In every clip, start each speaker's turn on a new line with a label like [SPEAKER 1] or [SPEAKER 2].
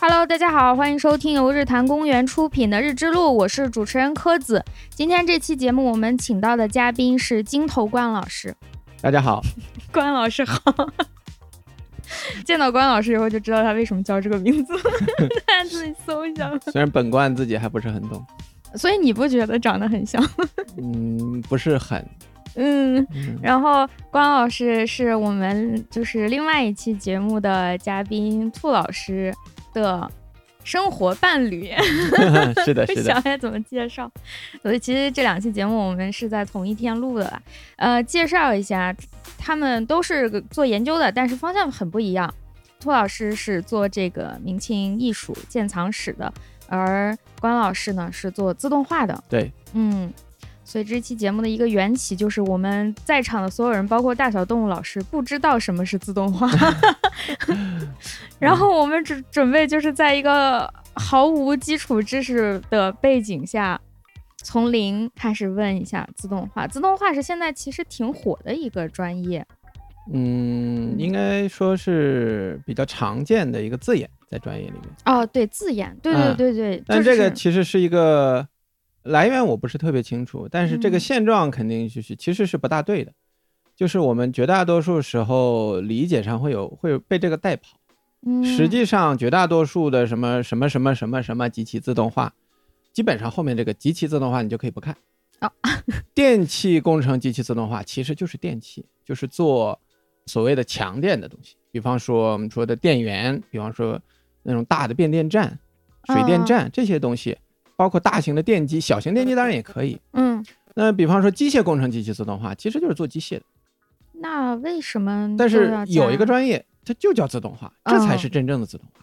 [SPEAKER 1] Hello，大家好，欢迎收听由日坛公园出品的《日之路》，我是主持人柯子。今天这期节目，我们请到的嘉宾是金头关老师。
[SPEAKER 2] 大家 好，
[SPEAKER 1] 关老师好。 见到关老师以后，就知道他为什么叫这个名字， 大家自己搜一下吧。
[SPEAKER 2] 虽然本贯自己还不是很懂，
[SPEAKER 1] 所以你不觉得长得很像？
[SPEAKER 2] 嗯，不是 很，
[SPEAKER 1] 嗯，
[SPEAKER 2] 嗯，
[SPEAKER 1] 然后关老师是我们就是另外一期节目的嘉宾兔老师的生活伴侣。
[SPEAKER 2] 是的，
[SPEAKER 1] 不
[SPEAKER 2] 是
[SPEAKER 1] 想
[SPEAKER 2] 的，
[SPEAKER 1] 该怎么介绍。所以其实这两期节目我们是在同一天录的啦。呃，介绍一下，他们都是做研究的，但是方向很不一样。兔老师是做这个明清艺术鉴藏史的，而关老师呢是做自动化的。
[SPEAKER 2] 对，
[SPEAKER 1] 嗯。所以这期节目的一个缘起就是我们在场的所有人，包括大小动物老师，不知道什么是自动化，
[SPEAKER 2] 嗯
[SPEAKER 1] 然后我们准准备就是在一个毫无基础知识的背景下，从零开始问一下自动化。自动化是现在其实挺火的一个专业，
[SPEAKER 2] 嗯，应该说是比较常见的一个字眼在专业里面，
[SPEAKER 1] 哦，对，自研，对对
[SPEAKER 2] 嗯
[SPEAKER 1] 对对，
[SPEAKER 2] 但
[SPEAKER 1] 就
[SPEAKER 2] 这个
[SPEAKER 1] 是
[SPEAKER 2] 其实是一个来源，我不是特别清楚，但是这个
[SPEAKER 1] 嗯
[SPEAKER 2] 现状肯定就是其实是不大对的，就是我们绝大多数时候理解上会有会有被这个带跑。
[SPEAKER 1] 嗯
[SPEAKER 2] 实、际上，绝大多数的什么什么什么什么什么极其自动化，基本上后面这个极其自动化你就可以不看。
[SPEAKER 1] 哦
[SPEAKER 2] 电气工程极其自动化其实就是电气，就是做所谓的强电的东西，比方说我们说的电源，比方说那种大的变电站、水电站、这些东西，包括大型的电机、小型电机当然也可以。
[SPEAKER 1] 嗯，嗯，
[SPEAKER 2] 那比方说机械工程极其自动化，其实就是做机械的，
[SPEAKER 1] 那为什么？
[SPEAKER 2] 但是有
[SPEAKER 1] 啊
[SPEAKER 2] 一个，专业它就叫自动化，这才是真正的自动化。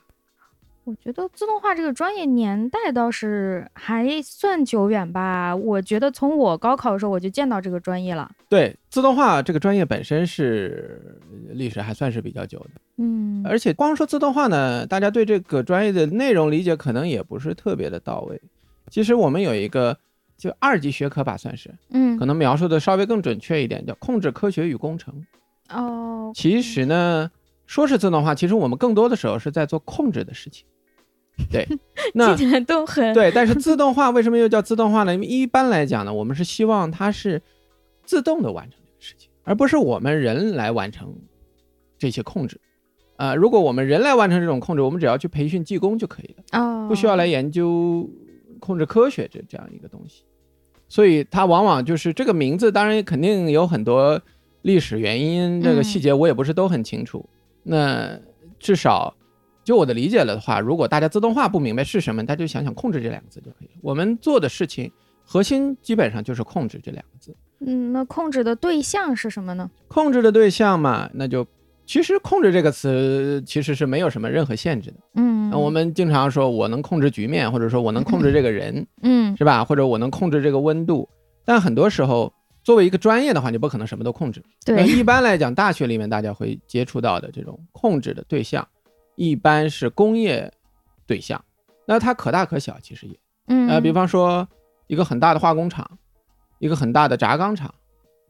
[SPEAKER 1] 我觉得自动化这个专业年代倒是还算久远吧。我觉得从我高考的时候我就见到这个专业了，
[SPEAKER 2] 对，自动化这个专业本身是呃历史还算是比较久的，
[SPEAKER 1] 嗯，
[SPEAKER 2] 而且光说自动化呢，大家对这个专业的内容理解可能也不是特别的到位。其实我们有一个就二级学科吧，算是
[SPEAKER 1] 嗯
[SPEAKER 2] 可能描述的稍微更准确一点，叫控制科学与工程。
[SPEAKER 1] 哦，
[SPEAKER 2] 其实呢，说是自动化，其实我们更多的时候是在做控制的事情。对，那
[SPEAKER 1] 听起来都很
[SPEAKER 2] 对，但是自动化为什么又叫自动化呢？因为一般来讲呢，我们是希望它是自动的完成这个事情，而不是我们人来完成这些控制。啊，如果我们人来完成这种控制，我们只要去培训技工就可以了，
[SPEAKER 1] 哦，
[SPEAKER 2] 不需要来研究控制科学这这样一个东西。所以它往往就是这个名字，当然肯定有很多历史原因，这个
[SPEAKER 1] 嗯
[SPEAKER 2] 细节我也不是都很清楚。那至少就我的理解了的话，如果大家自动化不明白是什么，大家就想想“控制”这两个字就可以了。我们做的事情核心基本上就是“控制”这两个字。
[SPEAKER 1] 嗯，那控制的对象是什么呢？
[SPEAKER 2] 控制的对象嘛，那就其实“控制”这个词其实是没有什么任何限制的。
[SPEAKER 1] 嗯，
[SPEAKER 2] 啊那我们经常说我能控制局面，或者说我能控制这个人，
[SPEAKER 1] 嗯
[SPEAKER 2] 是吧？或者我能控制这个温度。但很多时候，作为一个专业的话，你不可能什么都控制。那
[SPEAKER 1] 对，
[SPEAKER 2] 一般来讲，大学里面大家会接触到的这种控制的对象，一般是工业对象。那它可大可小，其实也，
[SPEAKER 1] 嗯
[SPEAKER 2] 呃，比方说一个很大的化工厂，一个很大的轧钢厂，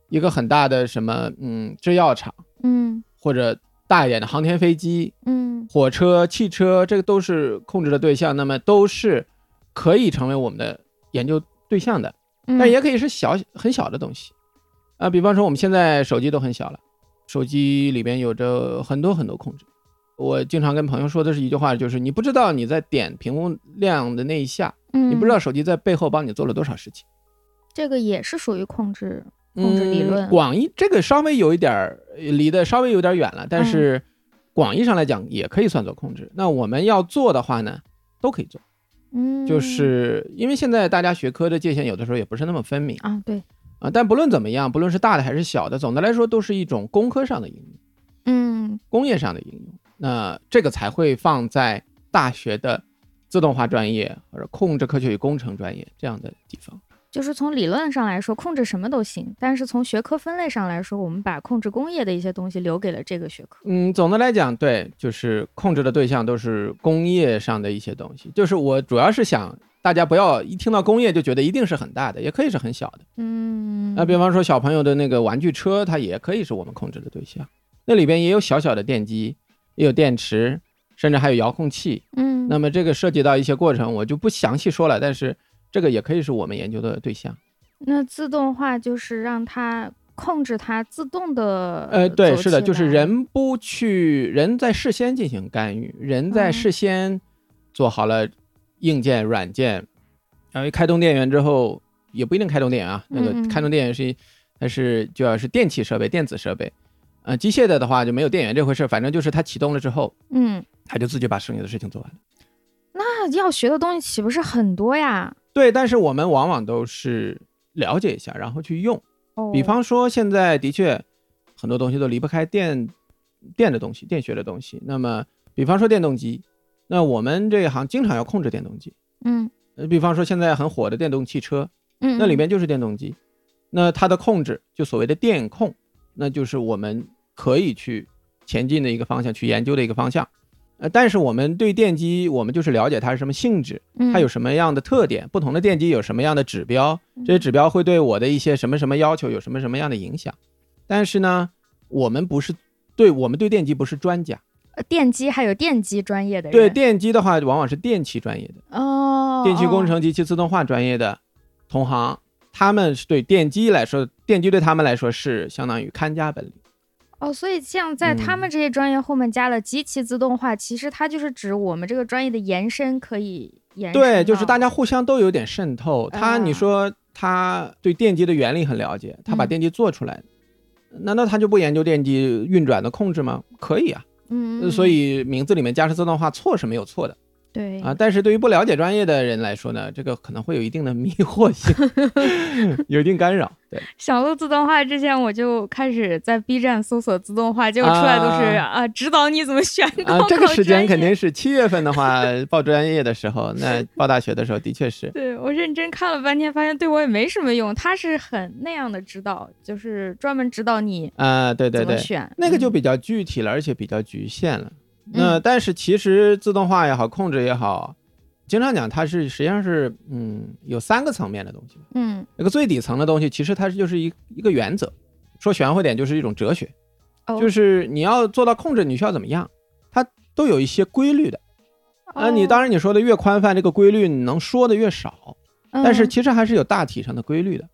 [SPEAKER 2] 一个很大的什么，嗯，制药厂，
[SPEAKER 1] 嗯
[SPEAKER 2] 或者大一点的航天飞机、
[SPEAKER 1] 嗯
[SPEAKER 2] 火车、汽车，这个都是控制的对象，那么都是可以成为我们的研究对象的。
[SPEAKER 1] 嗯，
[SPEAKER 2] 但也可以是小很小的东西，啊、比方说我们现在手机都很小了，手机里边有着很多很多控制。我经常跟朋友说的是一句话，就是你不知道你在点屏幕亮的那一下，
[SPEAKER 1] 你
[SPEAKER 2] 你不知道手机在背后帮你做了多少事情。
[SPEAKER 1] 嗯这个也是属于控制，控制理论
[SPEAKER 2] 嗯、广义这个稍微有一点儿呃离得稍微有点远了，但
[SPEAKER 1] 嗯
[SPEAKER 2] 是广义上来讲也可以算作控制。那我们要做的话呢，都可以做，
[SPEAKER 1] 嗯，
[SPEAKER 2] 就是因为现在大家学科的界限有的时候也不是那么分明。
[SPEAKER 1] 啊，对，
[SPEAKER 2] 啊，但不论怎么样，不论是大的还是小的，总的来说都是一种工科上的应用，
[SPEAKER 1] 嗯
[SPEAKER 2] 工业上的应用。那这个才会放在大学的自动化专业或者控制科学与工程专业这样的地方。
[SPEAKER 1] 就是从理论上来说，控制什么都行，但是从学科分类上来说，我们把控制工业的一些东西留给了这个学科。
[SPEAKER 2] 嗯，总的来讲，对，就是控制的对象都是工业上的一些东西。就是我主要是想大家不要一听到工业就觉得一定是很大的，也可以是很小的。
[SPEAKER 1] 嗯，
[SPEAKER 2] 啊那比方说小朋友的那个玩具车，它也可以是我们控制的对象，那里边也有小小的电机，也有电池，甚至还有遥控器。
[SPEAKER 1] 嗯，
[SPEAKER 2] 那么这个涉及到一些过程，我就不详细说了，但是这个也可以是我们研究的对象。
[SPEAKER 1] 那自动化就是让它控制它自动的
[SPEAKER 2] 呃，对，
[SPEAKER 1] 走
[SPEAKER 2] 是的，
[SPEAKER 1] 起
[SPEAKER 2] 就是
[SPEAKER 1] 来
[SPEAKER 2] 人不去，人在事先进行干预，人在
[SPEAKER 1] 嗯
[SPEAKER 2] 事先做好了硬件、软件，然后一开动电源之后，也不一定开动电源啊，那个
[SPEAKER 1] 嗯嗯
[SPEAKER 2] 开动电源是一它是就要是电器设备、电子设备，呃，机械的的话就没有电源这回事，反正就是它启动了之后，
[SPEAKER 1] 嗯，
[SPEAKER 2] 它就自己把剩下的事情做完了。
[SPEAKER 1] 那要学的东西岂不是很多呀？
[SPEAKER 2] 对，但是我们往往都是了解一下，然后去用。
[SPEAKER 1] 哦，
[SPEAKER 2] 比方说，现在的确很多东西都离不开电电的东西、电学的东西。那么，比方说电动机，那我们这一行经常要控制电动机。
[SPEAKER 1] 嗯，
[SPEAKER 2] 呃，比方说现在很火的电动汽车，
[SPEAKER 1] 嗯嗯，
[SPEAKER 2] 那里面就是电动机。那它的控制，就所谓的电控，那就是我们可以去前进的一个方向，去研究的一个方向。呃，但是我们对电机，我们就是了解它是什么性质，
[SPEAKER 1] 嗯
[SPEAKER 2] 它有什么样的特点，不同的电机有什么样的指标，
[SPEAKER 1] 嗯
[SPEAKER 2] 这些指标会对我的一些什么什么要求有什么什么样的影响。但是呢，我们不是对我们对电机不是专家，
[SPEAKER 1] 嗯电机还有电机专业的人，
[SPEAKER 2] 对电机的话往往是电气专业的、
[SPEAKER 1] 哦，
[SPEAKER 2] 电气工
[SPEAKER 1] 哦，
[SPEAKER 2] 程及其自动化专业的同行，他们是对电机来说，电机对他们来说是相当于看家本领。
[SPEAKER 1] 哦，所以像在他们
[SPEAKER 2] 嗯
[SPEAKER 1] 这些专业后面加了机器自动化，其实它就是指我们这个专业的延伸，可以延伸
[SPEAKER 2] 对，就是大
[SPEAKER 1] 家
[SPEAKER 2] 家互相都有点渗透。他，你
[SPEAKER 1] 啊
[SPEAKER 2] 说他对电机的原理很了解，他把
[SPEAKER 1] 嗯
[SPEAKER 2] 电机做出来，难道他就不研究电机运转的控制吗？可以啊，
[SPEAKER 1] 嗯，
[SPEAKER 2] 呃所以名字里面加上自动化错是没有错的
[SPEAKER 1] 对
[SPEAKER 2] 啊。但是对于不了解专业的人来说呢，这个可能会有一定的迷 惑性，有一定干扰。对，
[SPEAKER 1] 想录自动化之前，我就开始在 B 站搜索自动化，结果出来都是
[SPEAKER 2] 啊
[SPEAKER 1] 啊、指导你怎么选高
[SPEAKER 2] 啊
[SPEAKER 1] 考，
[SPEAKER 2] 这个时
[SPEAKER 1] 专
[SPEAKER 2] 间
[SPEAKER 1] 业
[SPEAKER 2] 肯定是七月份的话，报专业的时候，那报大学的时候的确 是。
[SPEAKER 1] 对我认真看了半天，发现对我也没什么用。他是很那样的指导，就是专门指导你
[SPEAKER 2] 啊，对对
[SPEAKER 1] 怎么
[SPEAKER 2] 对，
[SPEAKER 1] 选。
[SPEAKER 2] 那个就
[SPEAKER 1] 嗯
[SPEAKER 2] 比较具体了，而且比较局限了。那但是其实自动化也好，控制也好，经常讲它是实际上是嗯有三个层面的东西。
[SPEAKER 1] 嗯
[SPEAKER 2] 那个最底层的东西，其实它就是一一个原则，说玄乎点就是一种哲学，
[SPEAKER 1] 哦
[SPEAKER 2] 就是你要做到控制，你需要怎么样，它都有一些规律的。啊，你当然你说的越宽泛，这个规律你能说的越少，
[SPEAKER 1] 哦
[SPEAKER 2] 但是
[SPEAKER 1] 嗯
[SPEAKER 2] 其实还是有大体上的规律的。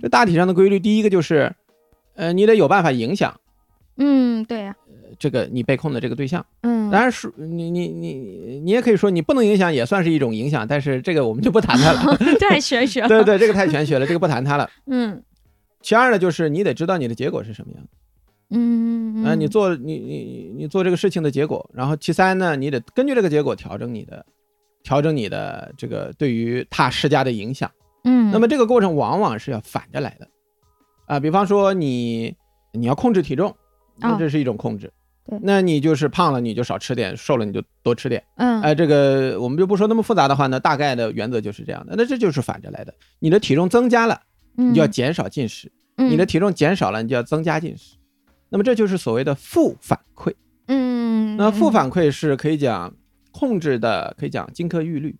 [SPEAKER 2] 这大体上的规律，第一个就是，呃，你得有办法影响
[SPEAKER 1] 嗯对呀、
[SPEAKER 2] 这个你被控的这个对象。
[SPEAKER 1] 嗯
[SPEAKER 2] 当然说你你你你也可以说你不能影响也算是一种影响，但是这个我们就不谈 它了。
[SPEAKER 1] 太玄学了。
[SPEAKER 2] 对对，这个太玄学了，这个不谈它了。
[SPEAKER 1] 嗯
[SPEAKER 2] 其二呢，就是你得知道你的结果是什么样的，
[SPEAKER 1] 嗯嗯
[SPEAKER 2] 啊、你做你你你你做这个事情的结果，然后其三呢，你得根据这个结果调整你的调整你的这个对于他施加的影响。
[SPEAKER 1] 嗯，
[SPEAKER 2] 那么这个过程往往是要反着来的，啊、比方说你你要控制体重，那
[SPEAKER 1] 哦
[SPEAKER 2] 这是一种控制，
[SPEAKER 1] 对
[SPEAKER 2] 那你就是胖了你就少吃点，瘦了你就多吃点。
[SPEAKER 1] 嗯
[SPEAKER 2] 哎，这个我们就不说那么复杂的话呢，大概的原则就是这样的。那这就是反着来的，你的体重增加了，你就要减少进食；
[SPEAKER 1] 嗯
[SPEAKER 2] 你的体重减少了，你就要增加进食。那么这就是所谓的负反馈。
[SPEAKER 1] 嗯
[SPEAKER 2] 那负
[SPEAKER 1] 嗯
[SPEAKER 2] 反馈是可以讲控制的，可以讲金科玉律。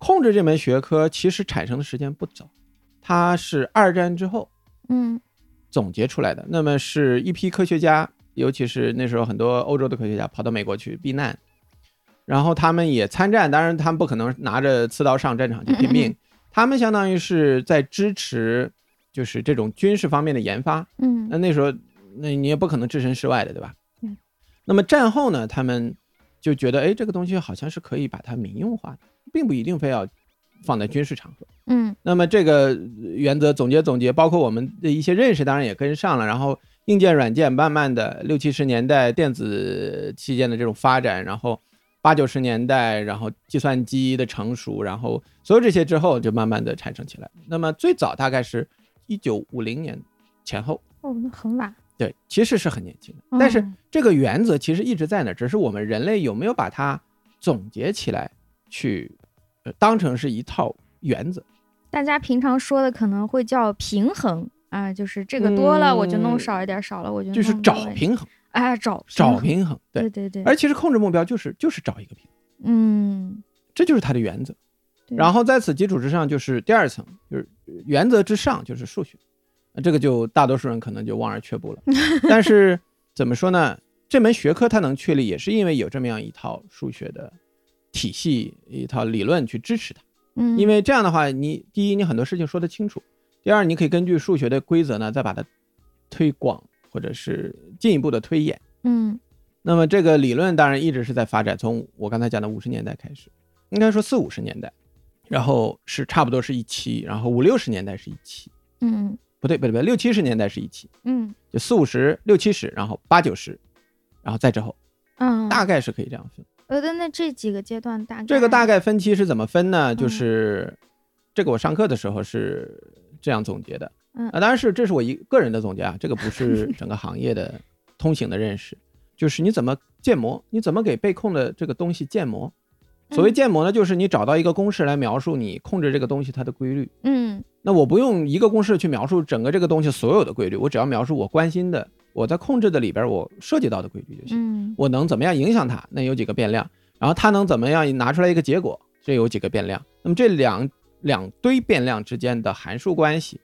[SPEAKER 2] 控制这门学科其实产生的时间不早，它是二战之后
[SPEAKER 1] 嗯
[SPEAKER 2] 总结出来的。那么是一批科学家，尤其是那时候很多欧洲的科学家跑到美国去避难，然后他们也参战，当然他们不可能拿着刺刀上战场去拼命，他们相当于是在支持就是这种军事方面的研发。
[SPEAKER 1] 嗯
[SPEAKER 2] 那那时候那你也不可能置身事外的，对吧
[SPEAKER 1] 嗯？
[SPEAKER 2] 那么战后呢，他们就觉得，哎，这个东西好像是可以把它民用化的，并不一定非要放在军事场合。
[SPEAKER 1] 嗯
[SPEAKER 2] 那么这个呃原则总结总结，包括我们的一些认识，当然也跟上了。然后硬件、软件慢慢的六七十年代电子器件的这种发展，然后八九十年代，然后计算机的成熟，然后所有这些之后，就慢慢的产生起来。那么最早大概是一九五零年前后，
[SPEAKER 1] 哦那很晚，
[SPEAKER 2] 对，其实是很年轻的。但是
[SPEAKER 1] 嗯
[SPEAKER 2] 这个原则其实一直在那儿，只是我们人类有没有把它总结起来，去、呃当成是一套原则。
[SPEAKER 1] 大家平常说的可能会叫平衡啊，就是这个多了我就弄
[SPEAKER 2] 嗯
[SPEAKER 1] 少一点，少了我就
[SPEAKER 2] 就是
[SPEAKER 1] 弄多
[SPEAKER 2] 找
[SPEAKER 1] 一点
[SPEAKER 2] 平衡，
[SPEAKER 1] 哎找
[SPEAKER 2] 找
[SPEAKER 1] 衡
[SPEAKER 2] 平衡。对
[SPEAKER 1] 对，对对，
[SPEAKER 2] 而其实控制目标就是就是找一个平衡，
[SPEAKER 1] 嗯
[SPEAKER 2] 这就是它的原则。
[SPEAKER 1] 对
[SPEAKER 2] 然后在此基础之上，就是第二层，就是原则之上就是数学，呃这个就大多数人可能就望而却 步了。但是怎么说呢？这门学科它能确立，也是因为有这么样一套数学的体系、一套理论去支持它。
[SPEAKER 1] 嗯，
[SPEAKER 2] 因
[SPEAKER 1] 为
[SPEAKER 2] 为这样的话，你第一，你很多事情说得清楚；第二，你可以根据数学的规则呢，再把它推广或者是进一步的推演。
[SPEAKER 1] 嗯
[SPEAKER 2] 那么这个理论当然一直是在发展，从我刚才讲的五十年代开始，应该说四五十年代，然后是差不多是一期，然后五六十年代是一期，
[SPEAKER 1] 嗯
[SPEAKER 2] 不对不对不对，六七十年代是一期，
[SPEAKER 1] 嗯
[SPEAKER 2] 就四五十、六七十，然后八九十，然后再之后，
[SPEAKER 1] 嗯，
[SPEAKER 2] 大概是可以这样分。
[SPEAKER 1] 呃，那那这几个阶段大概
[SPEAKER 2] 这个大概分期是怎么分呢？
[SPEAKER 1] 嗯
[SPEAKER 2] 就是这个我上课的时候是这样总结的，
[SPEAKER 1] 嗯
[SPEAKER 2] 啊，当然是这是我一个人的总结啊，这个不是 整个行业的通行的认识，就是你怎么建模，你怎么给被控的这个东西建模。所谓
[SPEAKER 1] 嗯
[SPEAKER 2] 建模呢，就是你找到一个公式来描述你控制这个东西它的规律。
[SPEAKER 1] 嗯
[SPEAKER 2] 那我不用一个公式去描述整个这个东西所有的规律，我只要描述我关心的，我在控制的里边我涉及到的规律就行。
[SPEAKER 1] 嗯
[SPEAKER 2] 我能怎么样影响它？那有几个变量，然后它能怎么样拿出来一个结果？这有几个变量？那么这两两堆变量之间的函数关系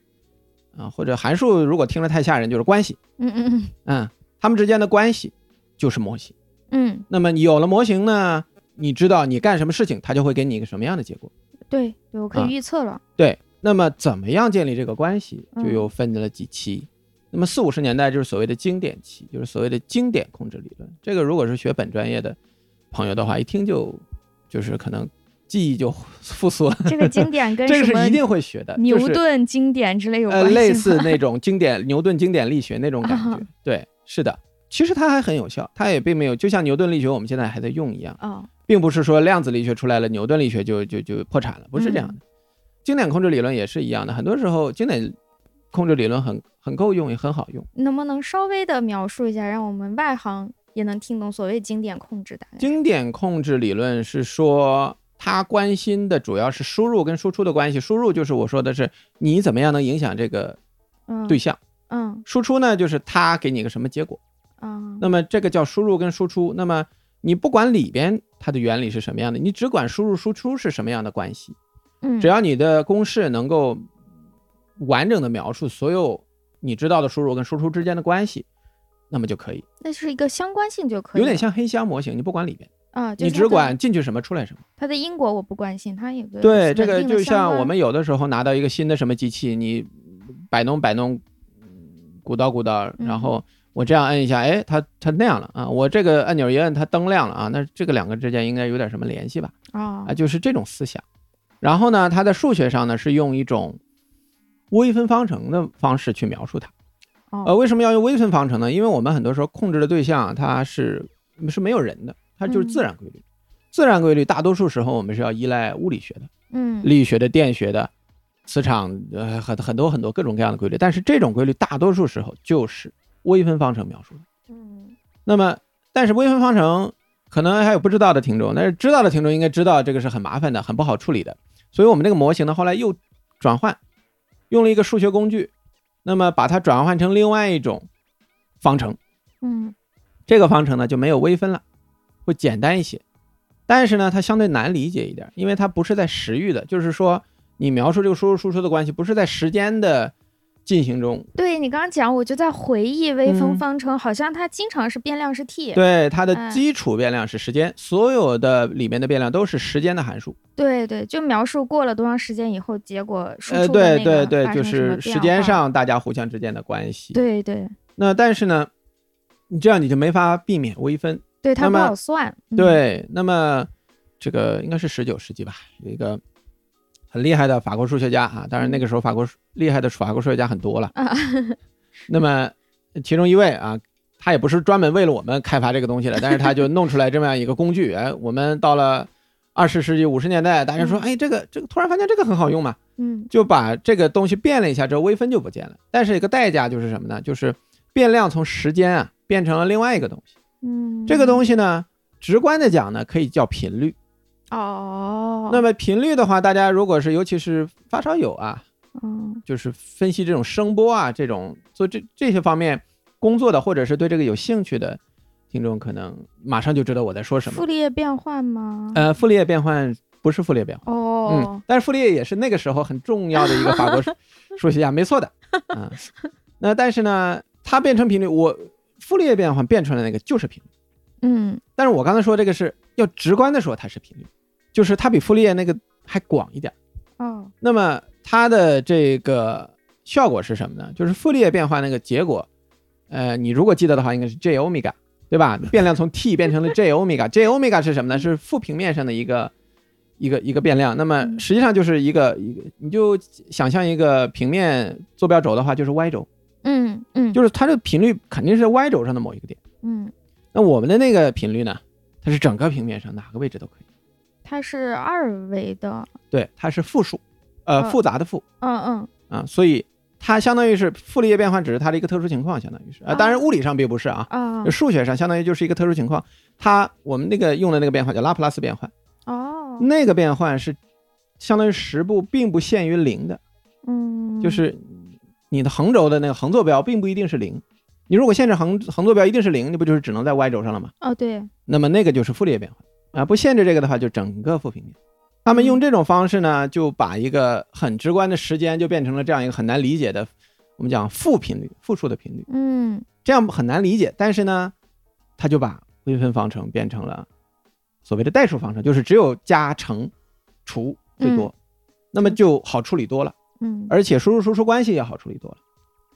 [SPEAKER 2] 啊，或者函数如果听着太吓人，就是关系，
[SPEAKER 1] 嗯嗯
[SPEAKER 2] 嗯，它们之间的关系就是模型。
[SPEAKER 1] 嗯，
[SPEAKER 2] 那么你有了模型呢，你知道你干什么事情，它就会给你一个什么样的结果。
[SPEAKER 1] 对对，我可
[SPEAKER 2] 啊
[SPEAKER 1] 以预测了。
[SPEAKER 2] 对，那么怎么样建立这个关系，
[SPEAKER 1] 嗯
[SPEAKER 2] 就又分了几期。那么四五十年代就是所谓的经典期，就是所谓的经典控制理论。这个如果是学本专业的朋友的话，一听就就是可能记忆就复苏了。
[SPEAKER 1] 这个经 典跟
[SPEAKER 2] 这
[SPEAKER 1] 什
[SPEAKER 2] 个是
[SPEAKER 1] 么
[SPEAKER 2] 一定会学的，
[SPEAKER 1] 牛
[SPEAKER 2] 就是
[SPEAKER 1] 顿经典之类有关
[SPEAKER 2] 呃
[SPEAKER 1] 系吗？
[SPEAKER 2] 类似那种经典牛顿经典力学那种感
[SPEAKER 1] 啊
[SPEAKER 2] 觉。对，是的。其实它还很有效，它也并没有就像牛顿力学我们现在还在用一样，
[SPEAKER 1] 哦，
[SPEAKER 2] 并不是说量子力学出来了，牛顿力学就就就破产了，不是这样的。经典控制理论也是一样的，很多时候经典控制理论很很够用，也很好用。
[SPEAKER 1] 能不能稍微的描述一下，让我们外行也能听懂所谓经典控制大概？
[SPEAKER 2] 经典控制理论是说，它关心的主要是输入跟输出的关系。输入就是我说的是你怎么样能影响这个
[SPEAKER 1] 嗯，
[SPEAKER 2] 对，象，
[SPEAKER 1] 嗯
[SPEAKER 2] 输出呢就是它给你个什么结果。
[SPEAKER 1] 嗯
[SPEAKER 2] 那么这个叫输入跟输出。那么你不管里边它的原理是什么样的，你只管输入输出是什么样的关系。
[SPEAKER 1] 嗯，
[SPEAKER 2] 只要你的公式能够完整的描述所有你知道的输入跟输出之间的关系，那么就可以，
[SPEAKER 1] 那是一个相关性就可以
[SPEAKER 2] 有
[SPEAKER 1] 了，
[SPEAKER 2] 点像黑箱模型，你不管里边，
[SPEAKER 1] 啊，就
[SPEAKER 2] 你
[SPEAKER 1] 是
[SPEAKER 2] 只
[SPEAKER 1] 它的
[SPEAKER 2] 管进去什么出来什么。
[SPEAKER 1] 它的因果我不关心，它有个
[SPEAKER 2] 对，
[SPEAKER 1] 稳
[SPEAKER 2] 这个
[SPEAKER 1] 定的啊
[SPEAKER 2] 就
[SPEAKER 1] 相
[SPEAKER 2] 像
[SPEAKER 1] 关
[SPEAKER 2] 我们有的时候拿到一个新的什么机器，你摆弄摆弄，鼓捣鼓捣，
[SPEAKER 1] 嗯
[SPEAKER 2] 然后我这样摁一下，哎，它它那样了啊，我这个按钮一摁，它灯亮了啊，那这个两个之间应该有点什么联系吧？
[SPEAKER 1] 啊
[SPEAKER 2] 啊，就是这种思想。然后呢，它在数学上呢是用一种微分方程的方式去描述它。呃，
[SPEAKER 1] 哦
[SPEAKER 2] 为什么要用微分方程呢？因为我们很多时候控制的对象它是是没有人的，它就是自然规
[SPEAKER 1] 嗯
[SPEAKER 2] 律。自然规律大多数时候我们是要依赖物理学的、
[SPEAKER 1] 嗯
[SPEAKER 2] 力学的、电学的、磁场呃很很多很多各种各样的规律。但是这种规律大多数时候就是微分方程描述的。
[SPEAKER 1] 嗯
[SPEAKER 2] 那么，但是微分方程可能还有不知道的听众，但是知道的听众应该知道这个是很麻烦的，很不好处理的。所以我们这个模型呢，后来又转换，用了一个数学工具，那么把它转换成另外一种方程。
[SPEAKER 1] 嗯
[SPEAKER 2] 这个方程呢就没有微分了，会简单一些，但是呢它相对难理解一点，因为它不是在时域的，就是说你描述这个输入输出的关系不是在时间的进行中，
[SPEAKER 1] 对你刚刚讲，我就在回忆微
[SPEAKER 2] 嗯
[SPEAKER 1] 风方程，好像它经常是变量是 t，
[SPEAKER 2] 对它的
[SPEAKER 1] 嗯
[SPEAKER 2] 基础变量是时间，所有的里面的变量都是时间的函数。
[SPEAKER 1] 对对，就描述过了多长时间以后，结果输
[SPEAKER 2] 呃，
[SPEAKER 1] 出的那
[SPEAKER 2] 对
[SPEAKER 1] 个
[SPEAKER 2] 对对，
[SPEAKER 1] 发
[SPEAKER 2] 就
[SPEAKER 1] 生什么
[SPEAKER 2] 是时
[SPEAKER 1] 变
[SPEAKER 2] 间
[SPEAKER 1] 化，
[SPEAKER 2] 上大家互相之间的关系。，
[SPEAKER 1] 对对
[SPEAKER 2] 那但是呢，你这样你就没法避免微分。
[SPEAKER 1] 对，它
[SPEAKER 2] 那
[SPEAKER 1] 不
[SPEAKER 2] 么
[SPEAKER 1] 好算。嗯，
[SPEAKER 2] 对，那么这个应该是十九世纪吧，有一个很厉害的法国数学家啊，当然那个时候法国数厉害的法国数学家很多了。
[SPEAKER 1] 啊
[SPEAKER 2] 那么其中一位啊，他也不是专门为了我们开发这个东西的，但是他就弄出来这么样一个工具。哎，我们到了二十世纪五十年代，大家说，
[SPEAKER 1] 嗯
[SPEAKER 2] 哎，这个这个突然发现这个很好用嘛。
[SPEAKER 1] 嗯
[SPEAKER 2] 就把这个东西变了一下之后，微分就不见了。但是一个代价就是什么呢？就是变量从时间啊变成了另外一个东西。
[SPEAKER 1] 嗯，
[SPEAKER 2] 这个东
[SPEAKER 1] 西
[SPEAKER 2] 西呢，直观的讲呢，可以叫频率。
[SPEAKER 1] 哦，
[SPEAKER 2] 那么频率的话，大家如果是尤其是发烧友啊，
[SPEAKER 1] 嗯
[SPEAKER 2] 就是分析这种声波啊这种做这这些方面工作的，或者是对这个有兴趣的听众，可能马上就知道我在说什
[SPEAKER 1] 傅
[SPEAKER 2] 么。
[SPEAKER 1] 立叶变换吗？
[SPEAKER 2] 呃，傅立叶变换不是傅立叶变换。嗯
[SPEAKER 1] 哦，，
[SPEAKER 2] 但是傅立叶也是那个时候很重要的一个法国数数学家，没错的啊、那但是呢，它变成频率，我傅立叶变换变出来那个就是频率。
[SPEAKER 1] 嗯
[SPEAKER 2] 但是我刚才说这个是要直观的说它是频率，就是它比傅立叶那个还广一点。
[SPEAKER 1] 哦，
[SPEAKER 2] 那么它的这个效果是什么呢？就是傅立叶变化那个结果，呃，你如果记得的话，应该是 j 欧米伽，对吧？变量从 t 变成了 j 欧米伽，j 欧米伽是什么呢？是负平面上的一个一个一个变量。那么
[SPEAKER 1] 嗯
[SPEAKER 2] 实际上就是一个一个，你就想象一个平面坐标轴的话，就是 y 轴，
[SPEAKER 1] 嗯嗯，
[SPEAKER 2] 就是它的频率肯定是 y 轴上的某一个点。
[SPEAKER 1] 嗯，
[SPEAKER 2] 那我们的那个频率呢？它是整个平面上哪个位置都可以，
[SPEAKER 1] 它是二维的，
[SPEAKER 2] 对，它是复数，呃，
[SPEAKER 1] 嗯
[SPEAKER 2] 复杂的复，
[SPEAKER 1] 嗯嗯
[SPEAKER 2] 啊，所以它相当于是傅立叶变换，只是它的一个特殊情况，相当于是啊，当然
[SPEAKER 1] 啊
[SPEAKER 2] 物理上并不是啊，
[SPEAKER 1] 啊
[SPEAKER 2] 就数学上相当于就是一个特殊情况。它我们那个用的那个变换叫拉普拉斯变换，
[SPEAKER 1] 哦，
[SPEAKER 2] 那个变换是相当于实部并不限于零的，
[SPEAKER 1] 嗯，
[SPEAKER 2] 就是你的横轴的那个横坐标并不一定是零。你如果限制横横坐标一定是零，那不就是只能在 y 轴上了吗？
[SPEAKER 1] 哦对，
[SPEAKER 2] 那么那个就是傅立叶变换啊，不限制这个的话，就整个负平面。他们用这种方式呢，就把一个很直观的时间就变成了这样一个很难理解的，我们讲负频率、负数的频率，
[SPEAKER 1] 嗯
[SPEAKER 2] 这样很难理解。但是呢，他就把微分方程变成了所谓的代数方程，就是只有加、乘、除最多，那么就好处理多了。
[SPEAKER 1] 嗯，
[SPEAKER 2] 而且输入输出关系也好处理多了。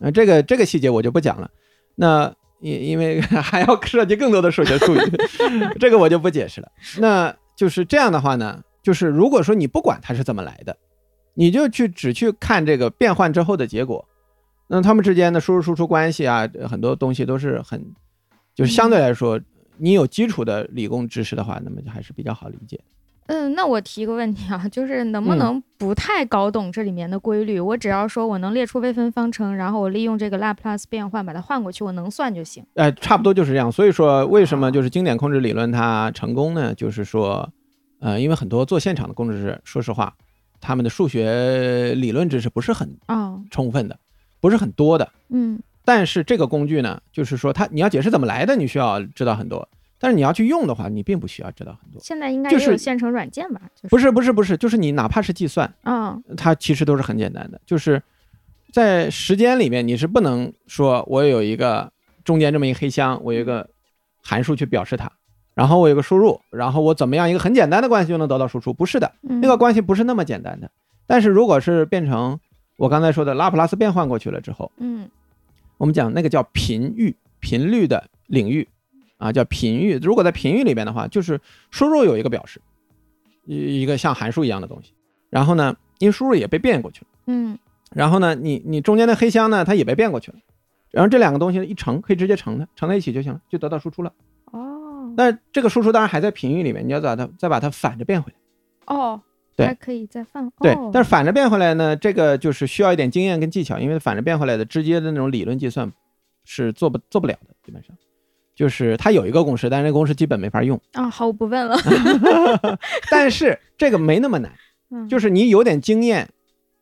[SPEAKER 2] 嗯、这个这个细节我就不讲了。那因因为 还要涉及更多的数学术语， 这个我就不解释了。那就是这样的话呢，就是如果说你不管它是怎么来的，你就去只去看这个变换之后的结果。那它们之间的输入输出关系啊，呃很多东西都是很，就是相对来说，你有基础的理工知识的话，那么就还是比较好理解。
[SPEAKER 1] 嗯，那我提一个问题啊，就是能不
[SPEAKER 2] 嗯
[SPEAKER 1] 能不太搞懂这里面的规律？我只要说我能列出微分方程，然后我利用这个拉普拉斯变换把它换过去，我能算就行。
[SPEAKER 2] 呃，差不多就是这样。所以说，为什么就是经典控制理论它成功呢？就是说，呃，因为很多做现场的控制师，说实话，他们的数学理论知识不是很
[SPEAKER 1] 哦，
[SPEAKER 2] 充分的，不是很多的。
[SPEAKER 1] 嗯
[SPEAKER 2] 但是这个工具呢，就是说它你要解释怎么来的，你需要知道很多；但是你要去用的话，你并不需要知道很多。
[SPEAKER 1] 现在应该
[SPEAKER 2] 就
[SPEAKER 1] 也有
[SPEAKER 2] 是
[SPEAKER 1] 现成软件吧？就是
[SPEAKER 2] 不是不是不是，就是你哪怕是计算，
[SPEAKER 1] 啊、
[SPEAKER 2] 它其实都是很简单的，就是在时间里面，你是不能说我有一个中间这么一个黑箱，我有一个函数去表示它，然后我有个输入，然后我怎么样一个很简单的关系就能得到输出？不是的，
[SPEAKER 1] 嗯
[SPEAKER 2] 那个关系不是那么简单的。但是如果是变成我刚才说的拉普拉斯变换过去了之后，
[SPEAKER 1] 嗯
[SPEAKER 2] 我们讲那个叫频域，频率的领域啊，叫频域。如果在频域里边的话，就是输入有一个表示，一一个像函数一样的东西。然后呢，因为输入也被变过去了，
[SPEAKER 1] 嗯
[SPEAKER 2] 然后呢，你你中间的黑箱呢，它也被变过去了。然后这两个东西一乘，可以直接乘它，乘在一起就行了，就得到输出了。
[SPEAKER 1] 哦
[SPEAKER 2] 那这个输出当然还在频域里面，你要把它再把它反着变回来。
[SPEAKER 1] 哦，
[SPEAKER 2] 对
[SPEAKER 1] 还可以再放
[SPEAKER 2] 对
[SPEAKER 1] 哦，、
[SPEAKER 2] 但
[SPEAKER 1] 是
[SPEAKER 2] 是反着变回来呢，这个就是需要一点经验跟技巧，因为反着变回来的直接的那种理论计算是做不做不了的，基本上就是它有一个公式，但是那个公式基本没法用。
[SPEAKER 1] 啊、好，我不问了。
[SPEAKER 2] 但是这个没那么难，
[SPEAKER 1] 嗯
[SPEAKER 2] 就是你有点经验，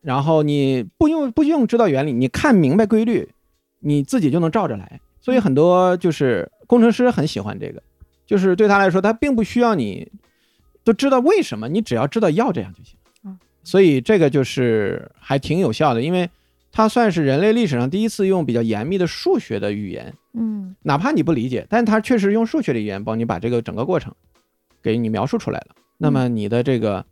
[SPEAKER 2] 然后你不用不用知道原理，你看明白规律，你自己就能照着来。所以很多就是工程师很喜欢这个，就是对他来说，他并不需要你都知道为什么，你只要知道要这样就行
[SPEAKER 1] 嗯。
[SPEAKER 2] 所以这个就是还挺有效的，因为它算是人类历史上第一次用比较严密的数学的语言，
[SPEAKER 1] 嗯
[SPEAKER 2] 哪怕你不理解，但它确实用数学的语言帮你把这个整个过程给你描述出来了。那么你的这个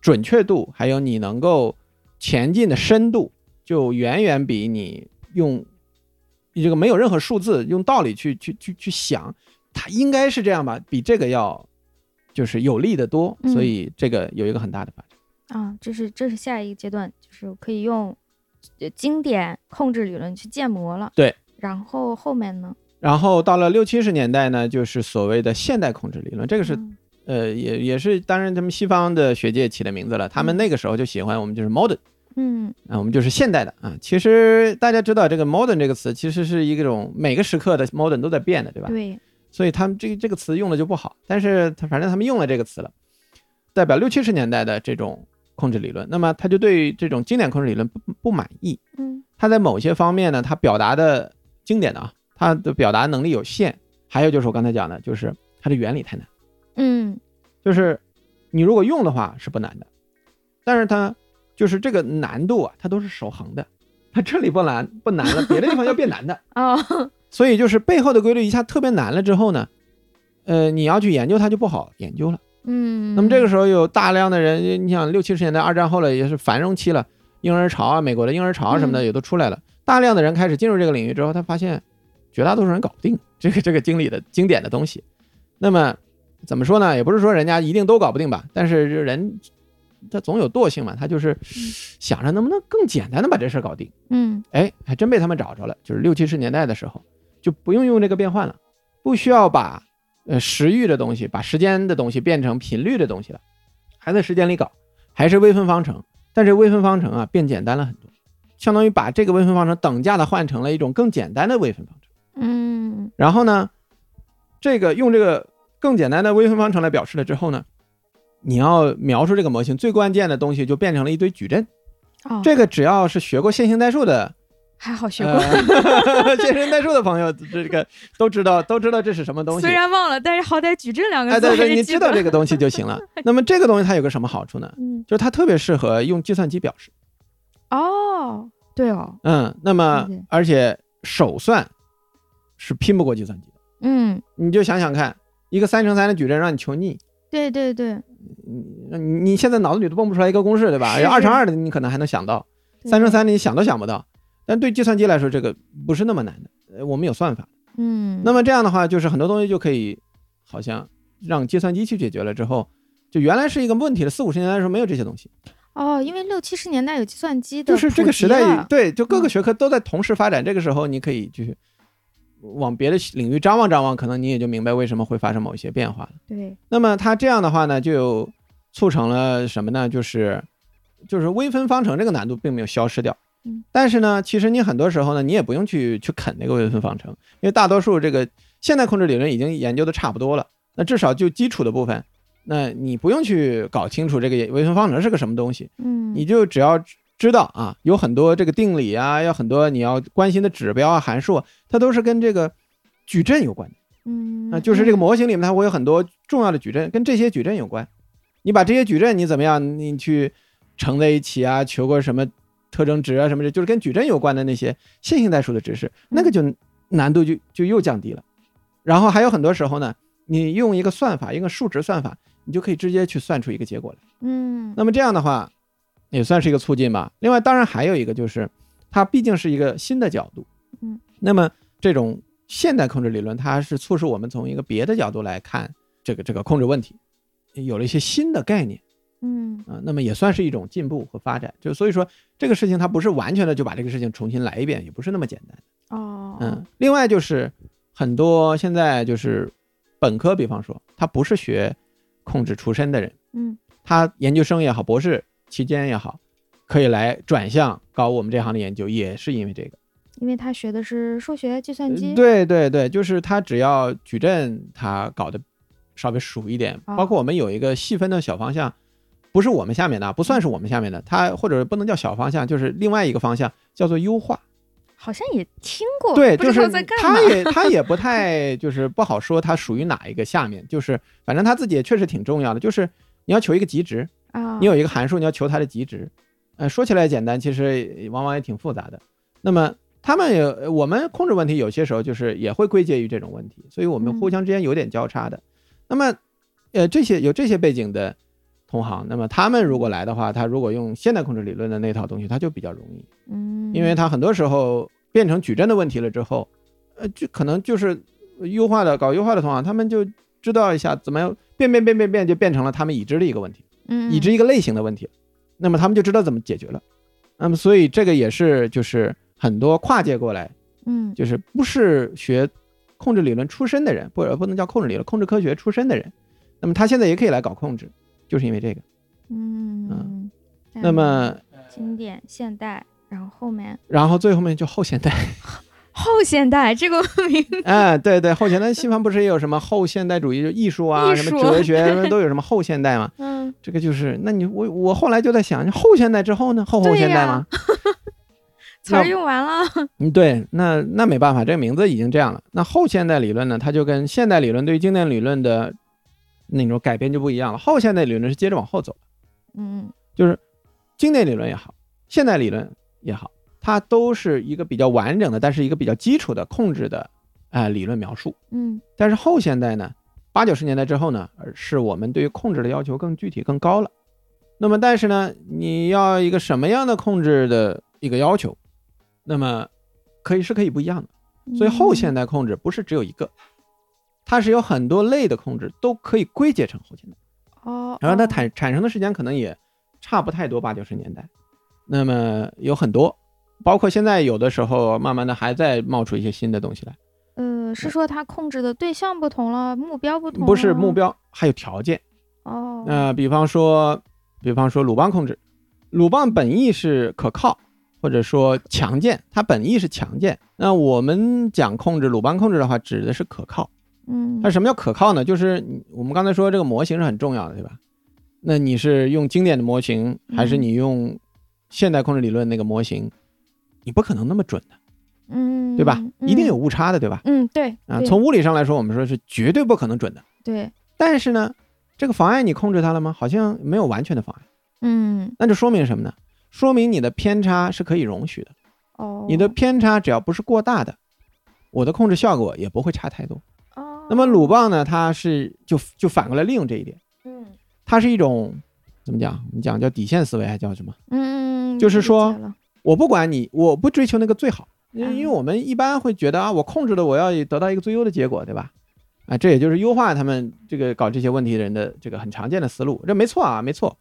[SPEAKER 2] 准确度，还有你能够前进的深度，就远远比你用你这个没有任何数字用道理去去去去想，它应该是这样吧，比这个要就是有利的多。
[SPEAKER 1] 嗯
[SPEAKER 2] 所以这个有一个很大的发展。
[SPEAKER 1] 啊，这是这是下一个阶段，就是可以用呃经典控制理论去建模了。
[SPEAKER 2] 对，
[SPEAKER 1] 然后后面呢？
[SPEAKER 2] 然后到了六七十年代呢，就是所谓的现代控制理论，这个是
[SPEAKER 1] 嗯
[SPEAKER 2] 呃，也也是，当然他们西方的学界起的名字了，他们那个时候就喜欢我们就是 modern
[SPEAKER 1] 嗯
[SPEAKER 2] 啊，我们就是现代的啊。其实大家知道这个 modern 这个词，其实是一个种每个时刻的 modern 都在变的，对吧？
[SPEAKER 1] 对，
[SPEAKER 2] 所以他们这个这个词用的就不好，但是他反正他们用了这个词了，代表六七十年代的这种控制理论，那么他就对这种经典控制理论不不满意，
[SPEAKER 1] 嗯
[SPEAKER 2] 他在某些方面呢，他表达的经典的啊，他的表达能力有限，还有就是我刚才讲的，就是它的原理太难。
[SPEAKER 1] 嗯
[SPEAKER 2] 就是你如果用的话是不难的，但是它就是这个难度啊，它都是守恒的，它这里不难不难了，别的地方要变难的，
[SPEAKER 1] 哦
[SPEAKER 2] 所以就是背后的规律一下特别难了之后呢，呃，你要去研究它就不好研究了，
[SPEAKER 1] 嗯，
[SPEAKER 2] 那么这个时候有大量的人，你想六七十年代二战后了也是繁荣期了，婴儿潮啊，美国的婴儿潮啊什么的也都出来了，大量的人开始进入这个领域之后，他发现绝大多数人搞不定这个这个经理的经典的东西。那么怎么说呢？也不是说人家一定都搞不定吧，但是人他总有惰性嘛，他就是想着能不能更简单的把这事儿搞定。
[SPEAKER 1] 嗯
[SPEAKER 2] 哎，还真被他们找着了。就是六七十年代的时候，就不用用这个变换了，不需要把呃时域的东西、把时间的东西变成频率的东西了，还在时间里搞，还是微分方程。但是微分方程啊变简单了很多，相当于把这个微分方程等价的换成了一种更简单的微分方程。
[SPEAKER 1] 嗯
[SPEAKER 2] 然后呢，这个用这个更简单的微分方程来表示了之后呢，你要描述这个模型最关键的东西就变成了一堆矩阵。
[SPEAKER 1] 哦，
[SPEAKER 2] 这个只要是学过线性代数的。
[SPEAKER 1] 还好学过，
[SPEAKER 2] 呃、 线性代数的朋友，这个都知道，都知道这是什么东西
[SPEAKER 1] 虽。然忘了，但是好歹矩阵两个
[SPEAKER 2] 哎，
[SPEAKER 1] 字
[SPEAKER 2] 对
[SPEAKER 1] 还
[SPEAKER 2] 对，你
[SPEAKER 1] 是记
[SPEAKER 2] 知
[SPEAKER 1] 得。
[SPEAKER 2] 道这个东西就 行了。那么这个东西它有个什么好处呢？
[SPEAKER 1] 嗯
[SPEAKER 2] 就是它特别适合用计算机表示。
[SPEAKER 1] 哦，对哦，
[SPEAKER 2] 嗯，那么
[SPEAKER 1] 理解
[SPEAKER 2] 而且手算是拼不过计算机的。
[SPEAKER 1] 嗯，
[SPEAKER 2] 你就想想看，一个三乘三的矩阵让你求腻，
[SPEAKER 1] 对对对，
[SPEAKER 2] 那你你现在脑子里都蹦不出来一个公式，对吧？
[SPEAKER 1] 是
[SPEAKER 2] 二乘二的你可能还能想到，
[SPEAKER 1] 对
[SPEAKER 2] 三乘，三的你想都想不到。但对计算机来说，这个不是那么难的。呃，我们有算法。
[SPEAKER 1] 嗯，
[SPEAKER 2] 那么这样的话，就是很多东西就可以，好像让计算机去解决了之后，就原来是一个问题了。四五十年代的时候没有这些东西，
[SPEAKER 1] 哦，因为六七十年代有计算机的，
[SPEAKER 2] 就是这个时代，对，就各个
[SPEAKER 1] 嗯
[SPEAKER 2] 学科都在同时发展。这个时候，你可以去往别的领域张望张望，可能你也就明白为什么会发生某一些变化了。
[SPEAKER 1] 对，
[SPEAKER 2] 那么它这样的话呢，就有促成了什么呢？就是就是微分方程这个难度并没有消失掉
[SPEAKER 1] 嗯。
[SPEAKER 2] 但是呢，其实你很多时候呢，你也不用去去啃那个微分方程，因为大多数这个现代控制理论已经研究的差不多了。那至少就基础的部分，那你不用去搞清楚这个微分方程是个什么东西，
[SPEAKER 1] 嗯，
[SPEAKER 2] 你就只要知道啊，有很多这个定理啊，有很多你要关心的指标啊、函数啊，它都是跟这个矩阵有关的。
[SPEAKER 1] 嗯，
[SPEAKER 2] 啊，就是这个
[SPEAKER 1] 嗯
[SPEAKER 2] 模型里面它会有很多重要的矩阵，跟这些矩阵有关。你把这些矩阵你怎么样，你去乘在一起啊，求个什么特征值啊什么的，就是跟矩阵有关的那些线性代数的知识，
[SPEAKER 1] 嗯
[SPEAKER 2] 那个就难度就就又降低了。然后还有很多时候呢，你用一个算法，一个数值算法，你就可以直接去算出一个结果来。
[SPEAKER 1] 嗯，
[SPEAKER 2] 那么这样的话，也算是一个促进吧。另外，当然还有一个就是，它毕竟是一个新的角度，
[SPEAKER 1] 嗯，
[SPEAKER 2] 那么这种现代控制理论，它是促使我们从一个别的角度来看这个这个控制问题，有了一些新的概念
[SPEAKER 1] 嗯
[SPEAKER 2] 啊、那么也算是一种进步和发展。就所以说，这个事情它不是完全的就把这个事情重新来一遍，也不是那么简单。
[SPEAKER 1] 哦，
[SPEAKER 2] 嗯，另外就是很多现在就是本科，比方说他不是学控制出身的人，
[SPEAKER 1] 嗯，
[SPEAKER 2] 他研究生也好，博士期间也好，可以来转向搞我们这行的研究，也是因为这个。
[SPEAKER 1] 因为他学的是数学、计算机，
[SPEAKER 2] 呃对对对，就是他只要矩阵他搞得稍微熟一点，
[SPEAKER 1] 啊
[SPEAKER 2] 包括我们有一个细分的小方向，不是我们下面的啊，不算是我们下面的，它或者不能叫小方向，就是另外一个方向叫做优化。
[SPEAKER 1] 好像也听过，
[SPEAKER 2] 对，
[SPEAKER 1] 哦不
[SPEAKER 2] 就
[SPEAKER 1] 知
[SPEAKER 2] 是
[SPEAKER 1] 道在干
[SPEAKER 2] 他
[SPEAKER 1] 嘛，
[SPEAKER 2] 也他也不太就是不好说他属于哪一个下面，就是反正他自己也确实挺重要的，就是你要求一个极值，
[SPEAKER 1] 啊，
[SPEAKER 2] 你有一个函数，你要求它的极值。呃，说起来简单，其实往往也挺复杂的。那么他们也，呃我们控制问题有些时候就是也会归结于这种问题，所以我们
[SPEAKER 1] 嗯
[SPEAKER 2] 互相之间有点交叉的。那么，呃，这些有这些背景的同行，那么他们如果来的话，他如果用现代控制理论的那套东西，他就比较容易。
[SPEAKER 1] 嗯，
[SPEAKER 2] 因为它很多时候变成矩阵的问题了之后，呃，就可能就是优化的搞优化的同行，他们就知道一下怎么样变变变变变，就变成了他们已知的一个问题，
[SPEAKER 1] 嗯
[SPEAKER 2] 已知一个类型的问题，那么他们就知道怎么解决了。那么所以这个也是就是很多跨界过来，
[SPEAKER 1] 嗯
[SPEAKER 2] 就是不是学控制理论出身的人，或者不能叫控制理论，控制科学出身的人，那么他现在也可以来搞控制，就是因为这个。
[SPEAKER 1] 嗯嗯，
[SPEAKER 2] 那么
[SPEAKER 1] 经典、现代，然后后面
[SPEAKER 2] 然后最后面就后现代。
[SPEAKER 1] 后现代这个 名
[SPEAKER 2] 哎，对对，后现代西方不是也有什么后现代主义，就艺术啊，
[SPEAKER 1] 艺
[SPEAKER 2] 什
[SPEAKER 1] 术
[SPEAKER 2] 么哲学什么都有什么后现代嘛？
[SPEAKER 1] 嗯，
[SPEAKER 2] 这个就是，那你我我后来就在想，后现代之后呢？后后现代吗？
[SPEAKER 1] 词儿
[SPEAKER 2] 那
[SPEAKER 1] 用完了，
[SPEAKER 2] 嗯，对，那那没办法，这个名字已经这样了。那后现代理论呢，它就跟现代理论对于经典理论的那种改变就不一样了。后现代理论是接着往后走，
[SPEAKER 1] 嗯
[SPEAKER 2] 就是经典理论也好，现代理论也好，它都是一个比较完整的，但是一个比较基础的控制的啊、呃理论描述。
[SPEAKER 1] 嗯
[SPEAKER 2] 但是后现代呢，八九十年代之后呢，而是我们对于控制的要求更具体、更高了。那么，但是呢，你要一个什么样的控制的一个要求，那么可以是可以不一样的。所以
[SPEAKER 1] 嗯
[SPEAKER 2] 后现代控制不是只有一个，它是有很多类的控制都可以归结成后现代。
[SPEAKER 1] 哦，
[SPEAKER 2] 然后它
[SPEAKER 1] 哦
[SPEAKER 2] 产产生的时间可能也差不太多，八九十年代。那么有很多，包括现在有的时候慢慢的还在冒出一些新的东西来，
[SPEAKER 1] 呃，是说它控制的对象不同了，目标不同，
[SPEAKER 2] 不是目标，还有条件。
[SPEAKER 1] 哦，
[SPEAKER 2] 呃，比方说，比方说鲁棒控制，鲁棒本意是可靠或者说强健，它本意是强健。那我们讲控制鲁棒控制的话，指的是可靠。
[SPEAKER 1] 嗯，
[SPEAKER 2] 那什么叫可靠呢？就是你我们刚才说这个模型是很重要的，对吧？那你是用经典的模型，还是
[SPEAKER 1] 嗯
[SPEAKER 2] 你用现代控制理论那个模型？你不可能那么准的，
[SPEAKER 1] 嗯，
[SPEAKER 2] 对吧？一定有
[SPEAKER 1] 嗯，
[SPEAKER 2] 误差的，对吧？
[SPEAKER 1] 嗯，对，
[SPEAKER 2] 啊，
[SPEAKER 1] 对
[SPEAKER 2] 从物理上来说，我们说是绝对不可能准的。
[SPEAKER 1] 对，
[SPEAKER 2] 但是呢，这个妨碍你控制它了吗？好像没有完全的妨碍。
[SPEAKER 1] 嗯，
[SPEAKER 2] 那就说明什么呢？说明你的偏差是可以容许的，
[SPEAKER 1] 哦，
[SPEAKER 2] 你的偏差只要不是过大的，我的控制效果也不会差太多。
[SPEAKER 1] 哦，
[SPEAKER 2] 那么鲁棒呢，它是就就反过来利用这一点，
[SPEAKER 1] 嗯，
[SPEAKER 2] 它是一种怎么讲？我们讲叫底线思维，还叫什么？
[SPEAKER 1] 嗯嗯，
[SPEAKER 2] 就是
[SPEAKER 1] 理解
[SPEAKER 2] 说
[SPEAKER 1] 了
[SPEAKER 2] 我不管你，我不追求那个最好，因为
[SPEAKER 1] 嗯
[SPEAKER 2] 因为我们一般会觉得啊，我控制了，我要得到一个最优的结果，对吧？啊，这也就是优化他们这个搞这些问题的人的这个很常见的思路，这没错啊，没错。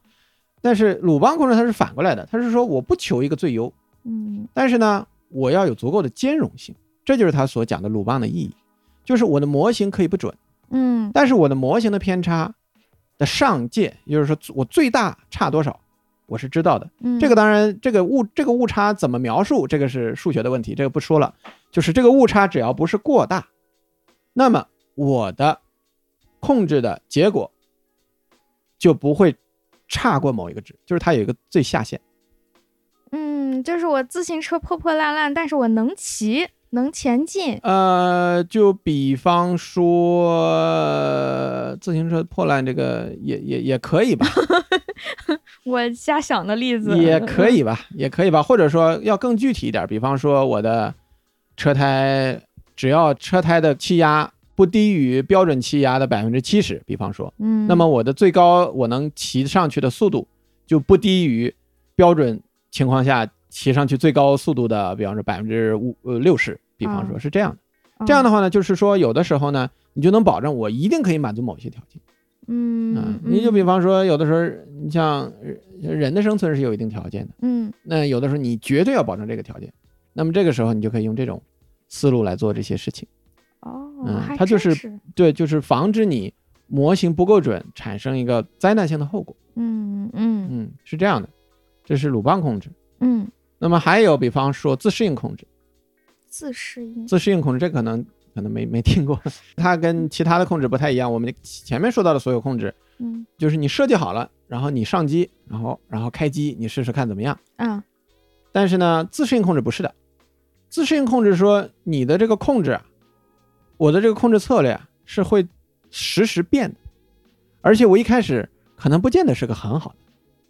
[SPEAKER 2] 但是鲁邦控制它是反过来的，它是说我不求一个最优，
[SPEAKER 1] 嗯
[SPEAKER 2] 但是呢，我要有足够的兼容性，这就是他所讲的鲁棒的意义，就是我的模型可以不准，
[SPEAKER 1] 嗯
[SPEAKER 2] 但是我的模型的偏差的上界，也就是说我最大差多少，我是知道的。
[SPEAKER 1] 嗯，
[SPEAKER 2] 这个当然，这个误这个误差怎么描述，这个是数学的问题，这个不说了。就是这个误差只要不是过大，那么我的控制的结果就不会差过某一个值，就是它有一个最下限。
[SPEAKER 1] 嗯，就是我自行车破破烂烂，但是我能骑，能前进。
[SPEAKER 2] 呃，就比方说自行车破烂这个也也也可以吧，
[SPEAKER 1] 我瞎想的例子
[SPEAKER 2] 也可。以 吧，也可以吧，或者说要更具体一点，比方说我的车胎，只要车胎的气压不低于标准气压的百分之七十，比方说，
[SPEAKER 1] 嗯，
[SPEAKER 2] 那么我的最高我能骑上去的速度就不低于标准情况下骑上去最高速度的，比方说百分之五呃六十，比方说
[SPEAKER 1] 嗯
[SPEAKER 2] 是这样的。这样的
[SPEAKER 1] 话，
[SPEAKER 2] 话呢，就是说有的时候呢，你就能保证我一定可以满足某些条件。
[SPEAKER 1] 嗯
[SPEAKER 2] 嗯，，你就
[SPEAKER 1] 嗯
[SPEAKER 2] 比，方说，有的时候你像呃人的生存是有一定条件的，
[SPEAKER 1] 嗯
[SPEAKER 2] 那有的时候你绝对要保证这个条件，那么这个时候你就可以用这种思路来做这些事情。
[SPEAKER 1] 哦
[SPEAKER 2] 嗯，
[SPEAKER 1] 还
[SPEAKER 2] 它就
[SPEAKER 1] 真
[SPEAKER 2] 是
[SPEAKER 1] 是，
[SPEAKER 2] 对，就是防止你模型不够准产生一个灾难性的后果。
[SPEAKER 1] 嗯嗯
[SPEAKER 2] 嗯，是这样的，这是鲁棒控制。
[SPEAKER 1] 嗯，
[SPEAKER 2] 那么还有，比方说自适应控制，
[SPEAKER 1] 自适应。
[SPEAKER 2] 自适应控制这可能可能没没听过， 它跟其他的控制不太一样。我们前面说到的所有控制。
[SPEAKER 1] 嗯
[SPEAKER 2] 就是你设计好了，然后你上机，然后然后开机，你试试看怎么样。
[SPEAKER 1] 啊，
[SPEAKER 2] 但是呢，自适应控制不是的，自适应控制说你的这个控制啊，我的这个控制策略啊是会实时变的，而且我一开始可能不见得是个很好的，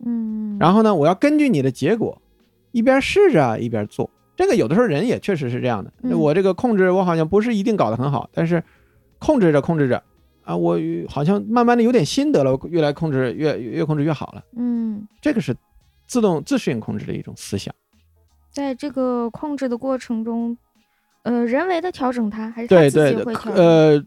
[SPEAKER 1] 嗯，
[SPEAKER 2] 然后呢，我要根据你的结果一边试着一边做。这个有的时候人也确实是这样的，
[SPEAKER 1] 嗯
[SPEAKER 2] 我这个控制我好像不是一定搞得很好，但是控制着控制着啊，我好像慢慢的有点心得了，我越来控制越越控制越好了。
[SPEAKER 1] 嗯，
[SPEAKER 2] 这个是自动自适应控制的一种思想。
[SPEAKER 1] 在这个控制的过程中，呃，人为的调整它，还是它
[SPEAKER 2] 对
[SPEAKER 1] 自
[SPEAKER 2] 对
[SPEAKER 1] 己
[SPEAKER 2] 的
[SPEAKER 1] 会，调整？
[SPEAKER 2] 呃，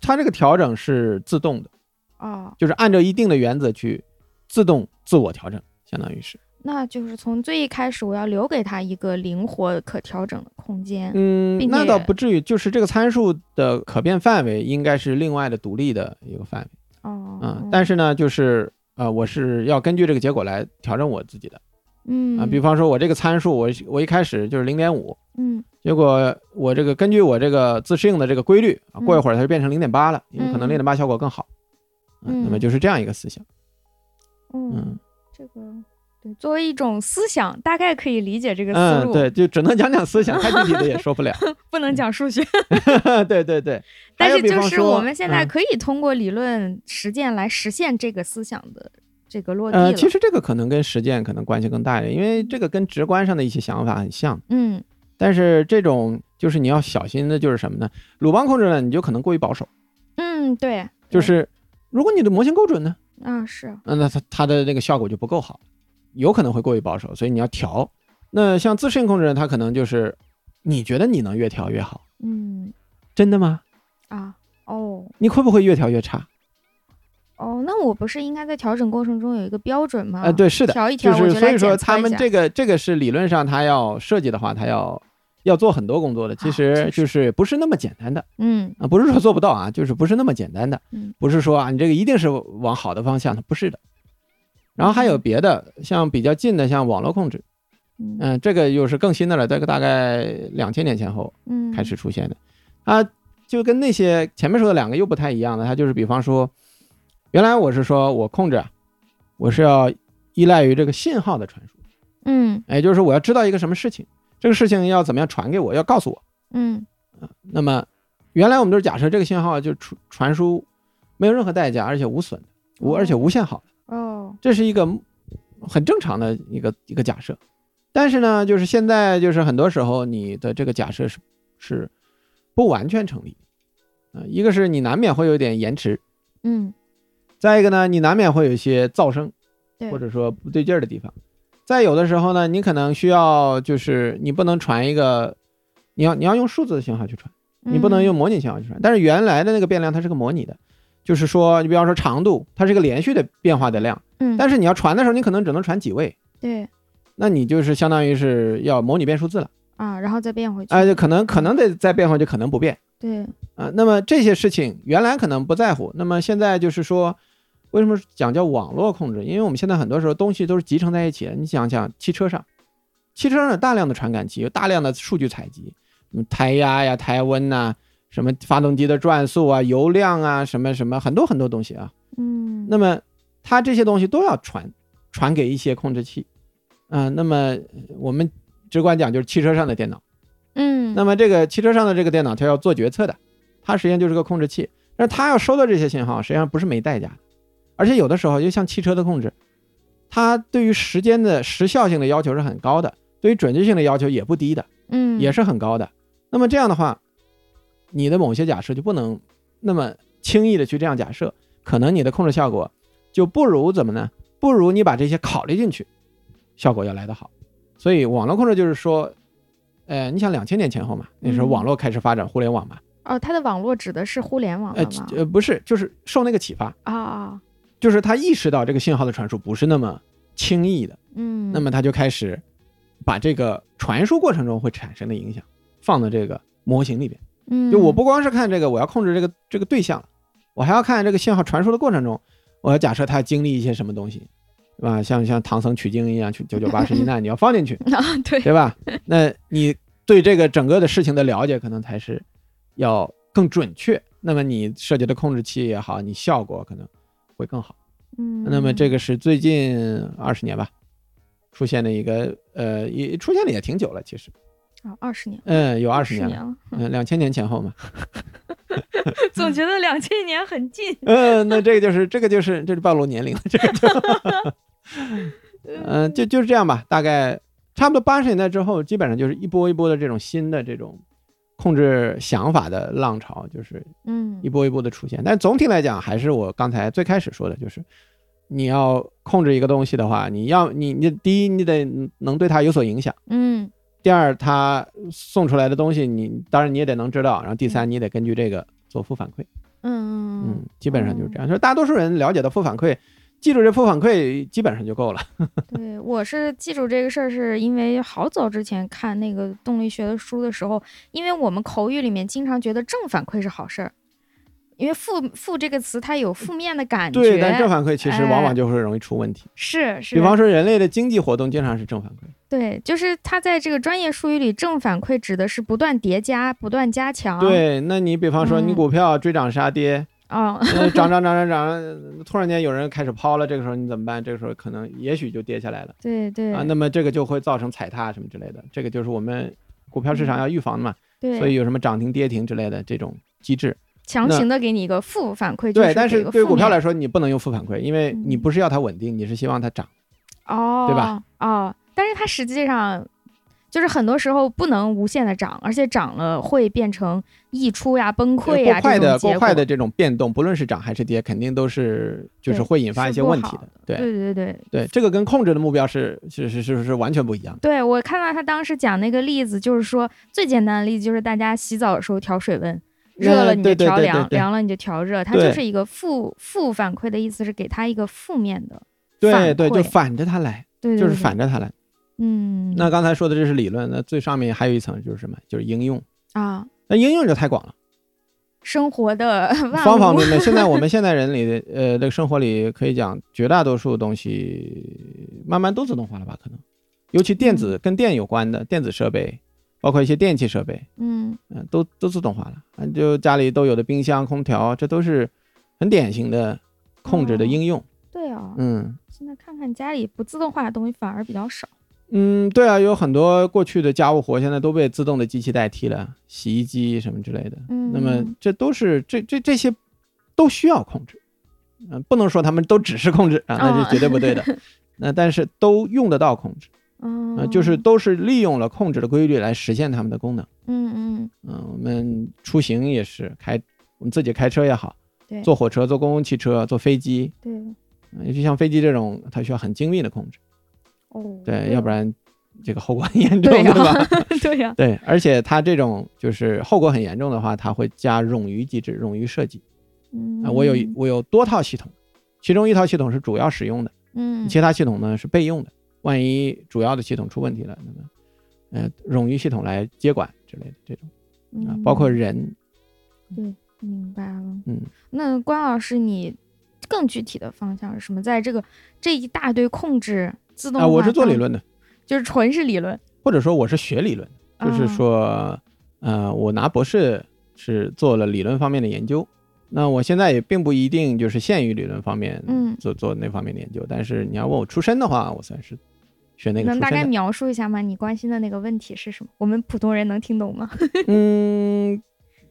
[SPEAKER 2] 它这个调整是自动的，
[SPEAKER 1] 哦，
[SPEAKER 2] 就是按照一定的原则去自动自我调整，相当于是。
[SPEAKER 1] 那就是从最一开始，我要留给它一个灵活可调整的空间。
[SPEAKER 2] 嗯
[SPEAKER 1] 并，
[SPEAKER 2] 那
[SPEAKER 1] 且
[SPEAKER 2] 倒不至于，就是这个参数的可变范围应该是另外的独立的一个范围
[SPEAKER 1] 哦，
[SPEAKER 2] 啊、但
[SPEAKER 1] 是，
[SPEAKER 2] 是呢，就是。呃，我是要根据这个结果来调整我自己的
[SPEAKER 1] 嗯
[SPEAKER 2] 啊、比方说，我这个参数，我我一开始就是零点五，
[SPEAKER 1] 嗯
[SPEAKER 2] 结果我这个根据我这个自适应的这个规律啊，
[SPEAKER 1] 嗯
[SPEAKER 2] 过一会儿它就变成零点八了，因为可
[SPEAKER 1] 嗯
[SPEAKER 2] 能零点八效果更好。
[SPEAKER 1] 嗯
[SPEAKER 2] 那么就是这样一个思想。
[SPEAKER 1] 嗯
[SPEAKER 2] 嗯，
[SPEAKER 1] 这个对，作为一种思想，大概可以理解这个思
[SPEAKER 2] 嗯，
[SPEAKER 1] 路，
[SPEAKER 2] 对，就只能讲讲思想，太具体的也说 不了。
[SPEAKER 1] 不能讲数学，
[SPEAKER 2] 对对对。
[SPEAKER 1] 但
[SPEAKER 2] 还有
[SPEAKER 1] 是
[SPEAKER 2] 比
[SPEAKER 1] 就
[SPEAKER 2] 方
[SPEAKER 1] 是
[SPEAKER 2] 说
[SPEAKER 1] 我们现在
[SPEAKER 2] 嗯
[SPEAKER 1] 可以通过理论实践来实现这个思想的这个落地
[SPEAKER 2] 呃，
[SPEAKER 1] 了。
[SPEAKER 2] 其实这个可能跟实践可能关系更大一点，因为这个跟直观上的一些想法很像。
[SPEAKER 1] 嗯
[SPEAKER 2] 但是这种就是你要小心的，就是什么呢？鲁邦控制呢，你就可能过于保守。
[SPEAKER 1] 嗯，对，
[SPEAKER 2] 就是如果你的模型够准呢，
[SPEAKER 1] 啊，是
[SPEAKER 2] 嗯那它它的那个效果就不够好，有可能会过于保守，所以你要调。那像自适应控制呢，它可能就是你觉得你能越调越好，
[SPEAKER 1] 嗯
[SPEAKER 2] 真的吗？
[SPEAKER 1] 啊哦
[SPEAKER 2] 你会不会越调越差？
[SPEAKER 1] 哦，那我不是应该在调整过程中有一个标准吗？
[SPEAKER 2] 呃对是的
[SPEAKER 1] 调一调，
[SPEAKER 2] 就
[SPEAKER 1] 我
[SPEAKER 2] 是
[SPEAKER 1] 来
[SPEAKER 2] 所以说
[SPEAKER 1] 检测
[SPEAKER 2] 他
[SPEAKER 1] 一
[SPEAKER 2] 们
[SPEAKER 1] 下
[SPEAKER 2] 这个这个是理论上他要设计的话，他要要做很多工作的，其
[SPEAKER 1] 啊确
[SPEAKER 2] 实
[SPEAKER 1] 实
[SPEAKER 2] 就是不是那么简单的
[SPEAKER 1] 嗯
[SPEAKER 2] 啊，不是说做不到啊，就是不是那么简单的
[SPEAKER 1] 嗯，
[SPEAKER 2] 不是说啊你这个一定是往好的方向的，不是的。然后还有别的，像比较近的，像网络控制，
[SPEAKER 1] 嗯
[SPEAKER 2] 嗯、这个又是更新的了，这个大概两千年前后
[SPEAKER 1] 嗯
[SPEAKER 2] 开始出现的，它就跟那些前面说的两个又不太一样的，它就是比方说，原来我是说我控制啊，我是要依赖于这个信号的传输。
[SPEAKER 1] 嗯
[SPEAKER 2] 也哎就是说我要知道一个什么事情，这个事情要怎么样传给我，要告诉我。
[SPEAKER 1] 嗯
[SPEAKER 2] 那么原来我们都是假设这个信号就传传输没有任何代价，而且无损的，无
[SPEAKER 1] 哦
[SPEAKER 2] 而且无限好的，
[SPEAKER 1] 哦
[SPEAKER 2] 这是一个很正常的一个一个假设。但是呢，就是现在就是很多时候你的这个假设是是不完全成立的，啊、一个是你难免会有点延迟，
[SPEAKER 1] 嗯
[SPEAKER 2] 再一个呢，你难免会有一些噪声，
[SPEAKER 1] 对
[SPEAKER 2] 或者说不对劲儿的地方。再有的时候呢，你可能需要就是你不能传一个，你要你要用数字的信号去传，你不能
[SPEAKER 1] 嗯
[SPEAKER 2] 用模拟信号去传。但是原来的那个变量它是个模拟的，就是说你比方说长度，它是一个连续的变化的量，
[SPEAKER 1] 嗯
[SPEAKER 2] 但是你要传的时候，你可能只能传几位，
[SPEAKER 1] 对
[SPEAKER 2] 那你就是相当于是要模拟变数字了，
[SPEAKER 1] 啊，然后再变回去
[SPEAKER 2] 哎、就可能可能得再变回去，可能不变。
[SPEAKER 1] 对
[SPEAKER 2] 啊、那么这些事情原来可能不在乎，那么现在就是说，为什么讲叫网络控制？因为我们现在很多时候东西都是集成在一起的。你想想，汽车上，汽车上有大量的传感器，有大量的数据采集，嗯，胎压呀、胎温呐、什么发动机的转速啊、油量啊，什么什么很多很多东西啊。
[SPEAKER 1] 嗯
[SPEAKER 2] 那么它这些东西都要传传给一些控制器，啊、那么我们直观讲就是汽车上的电脑。
[SPEAKER 1] 嗯
[SPEAKER 2] 那么这个汽车上的这个电脑，它要做决策的，它实际上就是个控制器。但是它要收到这些信号，实际上不是没代价的，而且有的时候，就像汽车的控制，它对于时间的时效性的要求是很高的，对于准确性的要求也不低的，
[SPEAKER 1] 嗯
[SPEAKER 2] 也是很高的。那么这样的话，你的某些假设就不能那么轻易的去这样假设，可能你的控制效果就不如怎么呢？不如你把这些考虑进去，效果要来得好。所以网络控制就是说，呃，你想两千年前后嘛，那时候
[SPEAKER 1] 嗯
[SPEAKER 2] 网络开始发展，互联网嘛，
[SPEAKER 1] 哦，它的网络指的是互联嗯网
[SPEAKER 2] 呃
[SPEAKER 1] 的吗？
[SPEAKER 2] 呃不是，就是受那个启发，
[SPEAKER 1] 啊啊
[SPEAKER 2] 就是他意识到这个信号的传输不是那么轻易的，
[SPEAKER 1] 嗯，
[SPEAKER 2] 那么他就开始把这个传输过程中会产生的影响放到这个模型里边。
[SPEAKER 1] 嗯
[SPEAKER 2] 就我不光是看这个，我要控制这个这个对象，我还要看这个信号传输的过程中，我要假设它经历一些什么东西，对吧？像像唐僧取经一样，去九九八十一难，你要放进去，
[SPEAKER 1] 啊对
[SPEAKER 2] 对吧？那你对这个整个的事情的了解，可能才是要更准确。那么你设计的控制器也好，你效果可能会更好。
[SPEAKER 1] 嗯，
[SPEAKER 2] 那么这个是最近二十年吧，出现的一个呃，也出现的也挺久了，其实，
[SPEAKER 1] 啊二十年
[SPEAKER 2] 嗯，有二十
[SPEAKER 1] 20
[SPEAKER 2] 年了，
[SPEAKER 1] 了，嗯
[SPEAKER 2] 嗯，两千年前后嘛。
[SPEAKER 1] 总觉得两千年很近。
[SPEAKER 2] 嗯，那这个就是这个就是这是暴露年龄了，这个就，嗯、就就是这样吧，大概差不多八十年代之后，基本上就是一波一波的这种新的这种控制想法的浪潮，就是
[SPEAKER 1] 嗯
[SPEAKER 2] 一波一波的出现。但总体来讲，还是我刚才最开始说的，就是你要控制一个东西的话，你要你你第一你得能对它有所影响，
[SPEAKER 1] 嗯
[SPEAKER 2] 第二它送出来的东西你当然你也得能知道，然后第三你得根据这个做负反馈。
[SPEAKER 1] 嗯嗯
[SPEAKER 2] 嗯，基本上就是这样。就是大多数人了解到负反馈，记住这负反馈基本上就够了。
[SPEAKER 1] 对，我是记住这个事儿，是因为好早之前看那个动力学的书的时候，因为我们口语里面经常觉得正反馈是好事儿，因为负负这个词它有负面的感觉，
[SPEAKER 2] 对，但正反馈其实往往
[SPEAKER 1] 哎
[SPEAKER 2] 就会容易出问题。
[SPEAKER 1] 是是，
[SPEAKER 2] 比方说，人类的经济活动经常是正反馈。
[SPEAKER 1] 对，就是它在这个专业术语里，正反馈指的是不断叠加、不断加强，，
[SPEAKER 2] 对，那你比方说，你
[SPEAKER 1] 啊嗯
[SPEAKER 2] 股票追涨杀跌，
[SPEAKER 1] 啊、
[SPEAKER 2] 呃涨涨涨涨涨，突然间有人开始抛了，这个时候你怎么办？这个时候可能也许就跌下来了
[SPEAKER 1] 对对
[SPEAKER 2] 啊。那么这个就会造成踩踏什么之类的，这个就是我们股票市场要预防的嘛。
[SPEAKER 1] 对，
[SPEAKER 2] 所以有什么涨停跌停之类的这种机制。
[SPEAKER 1] 强
[SPEAKER 2] 那
[SPEAKER 1] 行的给你一个负反馈，就
[SPEAKER 2] 对，但
[SPEAKER 1] 给
[SPEAKER 2] 是
[SPEAKER 1] 个
[SPEAKER 2] 对于
[SPEAKER 1] 负
[SPEAKER 2] 股票
[SPEAKER 1] 面
[SPEAKER 2] 来说，你不能用负反馈，因为你
[SPEAKER 1] 嗯
[SPEAKER 2] 不是要它稳定，你是希望它涨。
[SPEAKER 1] 哦，
[SPEAKER 2] 对吧？
[SPEAKER 1] 哦，但是它实际上就是很多时候不能无限的涨，而且涨了会变成溢出呀、崩溃
[SPEAKER 2] 呃过
[SPEAKER 1] 呀这
[SPEAKER 2] 快
[SPEAKER 1] 种
[SPEAKER 2] 的
[SPEAKER 1] 结
[SPEAKER 2] 过
[SPEAKER 1] 果。
[SPEAKER 2] 快的这种变动，不论是涨还是跌，肯定都是就是
[SPEAKER 1] 对
[SPEAKER 2] 会引发一
[SPEAKER 1] 是
[SPEAKER 2] 些
[SPEAKER 1] 不
[SPEAKER 2] 问题
[SPEAKER 1] 好
[SPEAKER 2] 的。
[SPEAKER 1] 对
[SPEAKER 2] 对
[SPEAKER 1] 对对对
[SPEAKER 2] 对，这个跟控制的目标是是是是是完全不一样的。
[SPEAKER 1] 对，我看到他当时讲那个例子，就是说最简单的例子就是大家洗澡的时候调水温，热了你就
[SPEAKER 2] 呃对对
[SPEAKER 1] 调
[SPEAKER 2] 对对
[SPEAKER 1] 凉，
[SPEAKER 2] 对
[SPEAKER 1] 凉了你就调热，它
[SPEAKER 2] 对
[SPEAKER 1] 就是一个负负反馈的意思，是给他一个负面的，
[SPEAKER 2] 对
[SPEAKER 1] 反
[SPEAKER 2] 对，就
[SPEAKER 1] 馈
[SPEAKER 2] 反着它来，
[SPEAKER 1] 对对
[SPEAKER 2] 就是
[SPEAKER 1] 对
[SPEAKER 2] 反着它来。
[SPEAKER 1] 嗯，
[SPEAKER 2] 那刚才说的这是理论，那最上面还有一层就是什么？就是应用。
[SPEAKER 1] 啊，
[SPEAKER 2] 那应用就太广了，
[SPEAKER 1] 生活的 万
[SPEAKER 2] 方方
[SPEAKER 1] 物
[SPEAKER 2] 面面。现在我们现代人里的呃，这个生活里可以讲，绝大多数东西慢慢都自动化了吧？可能，尤其电
[SPEAKER 1] 嗯
[SPEAKER 2] 子跟电有关的电子设备，包括一些电器设备，
[SPEAKER 1] 嗯
[SPEAKER 2] 嗯、都都自动化了。嗯，就家里都有的冰箱、空调，这都是很典型的控制的
[SPEAKER 1] 哦
[SPEAKER 2] 应用。
[SPEAKER 1] 对哦，
[SPEAKER 2] 嗯。
[SPEAKER 1] 现在看看家里不自动化的东西反而比较少，
[SPEAKER 2] 嗯，对啊，有很多过去的家务活现在都被自动的机器代替了，洗衣机什么之类的。
[SPEAKER 1] 嗯
[SPEAKER 2] 那么这都是这这这些都需要控制，嗯、不能说他们都只是控制啊，
[SPEAKER 1] 哦
[SPEAKER 2] 那是绝对 不对的。那但是都用得到控制，
[SPEAKER 1] 嗯、
[SPEAKER 2] 呃，就是都是利用了控制的规律来实现它们的功能。
[SPEAKER 1] 嗯嗯
[SPEAKER 2] 嗯、我们出行也是开我们自己开车也好，
[SPEAKER 1] 对
[SPEAKER 2] 坐火车、坐公共汽车、坐飞机，
[SPEAKER 1] 对
[SPEAKER 2] 呃尤其像飞机这种，它需要很精密的控制，
[SPEAKER 1] 哦，
[SPEAKER 2] 对，要不然这个后果很严重，
[SPEAKER 1] 对
[SPEAKER 2] 对
[SPEAKER 1] 呀、
[SPEAKER 2] 吧？
[SPEAKER 1] 对呀、
[SPEAKER 2] 对，而且它这种就是后果很严重的话，它会加冗余机制、冗余设计。
[SPEAKER 1] 嗯
[SPEAKER 2] 啊、我有我有多套系统，其中一套系统是主要使用的，
[SPEAKER 1] 嗯
[SPEAKER 2] 其他系统呢是备用的。万一主要的系统出问题了，那么呃，冗余系统来接管之类的这种啊，包括
[SPEAKER 1] 嗯
[SPEAKER 2] 人，
[SPEAKER 1] 明白了，
[SPEAKER 2] 嗯，
[SPEAKER 1] 那关老师你更具体的方向是什么？在这个这一大堆控制自动
[SPEAKER 2] 啊、
[SPEAKER 1] 化，
[SPEAKER 2] 我是做理，论的，
[SPEAKER 1] 就是纯是理论，
[SPEAKER 2] 或者说我是学理论的，
[SPEAKER 1] 啊
[SPEAKER 2] 就是说，呃，我拿博士是做了理论方面的研究。那我现在也并不一定就是限于理论方面，
[SPEAKER 1] 嗯
[SPEAKER 2] 做做那方面的研究。但是你要问我出身的话，我算是学那个
[SPEAKER 1] 能
[SPEAKER 2] 出
[SPEAKER 1] 大概
[SPEAKER 2] 身的。
[SPEAKER 1] 描述一下吗？你关心的那个问题是什么？我们普通人能听懂 吗？
[SPEAKER 2] 嗯，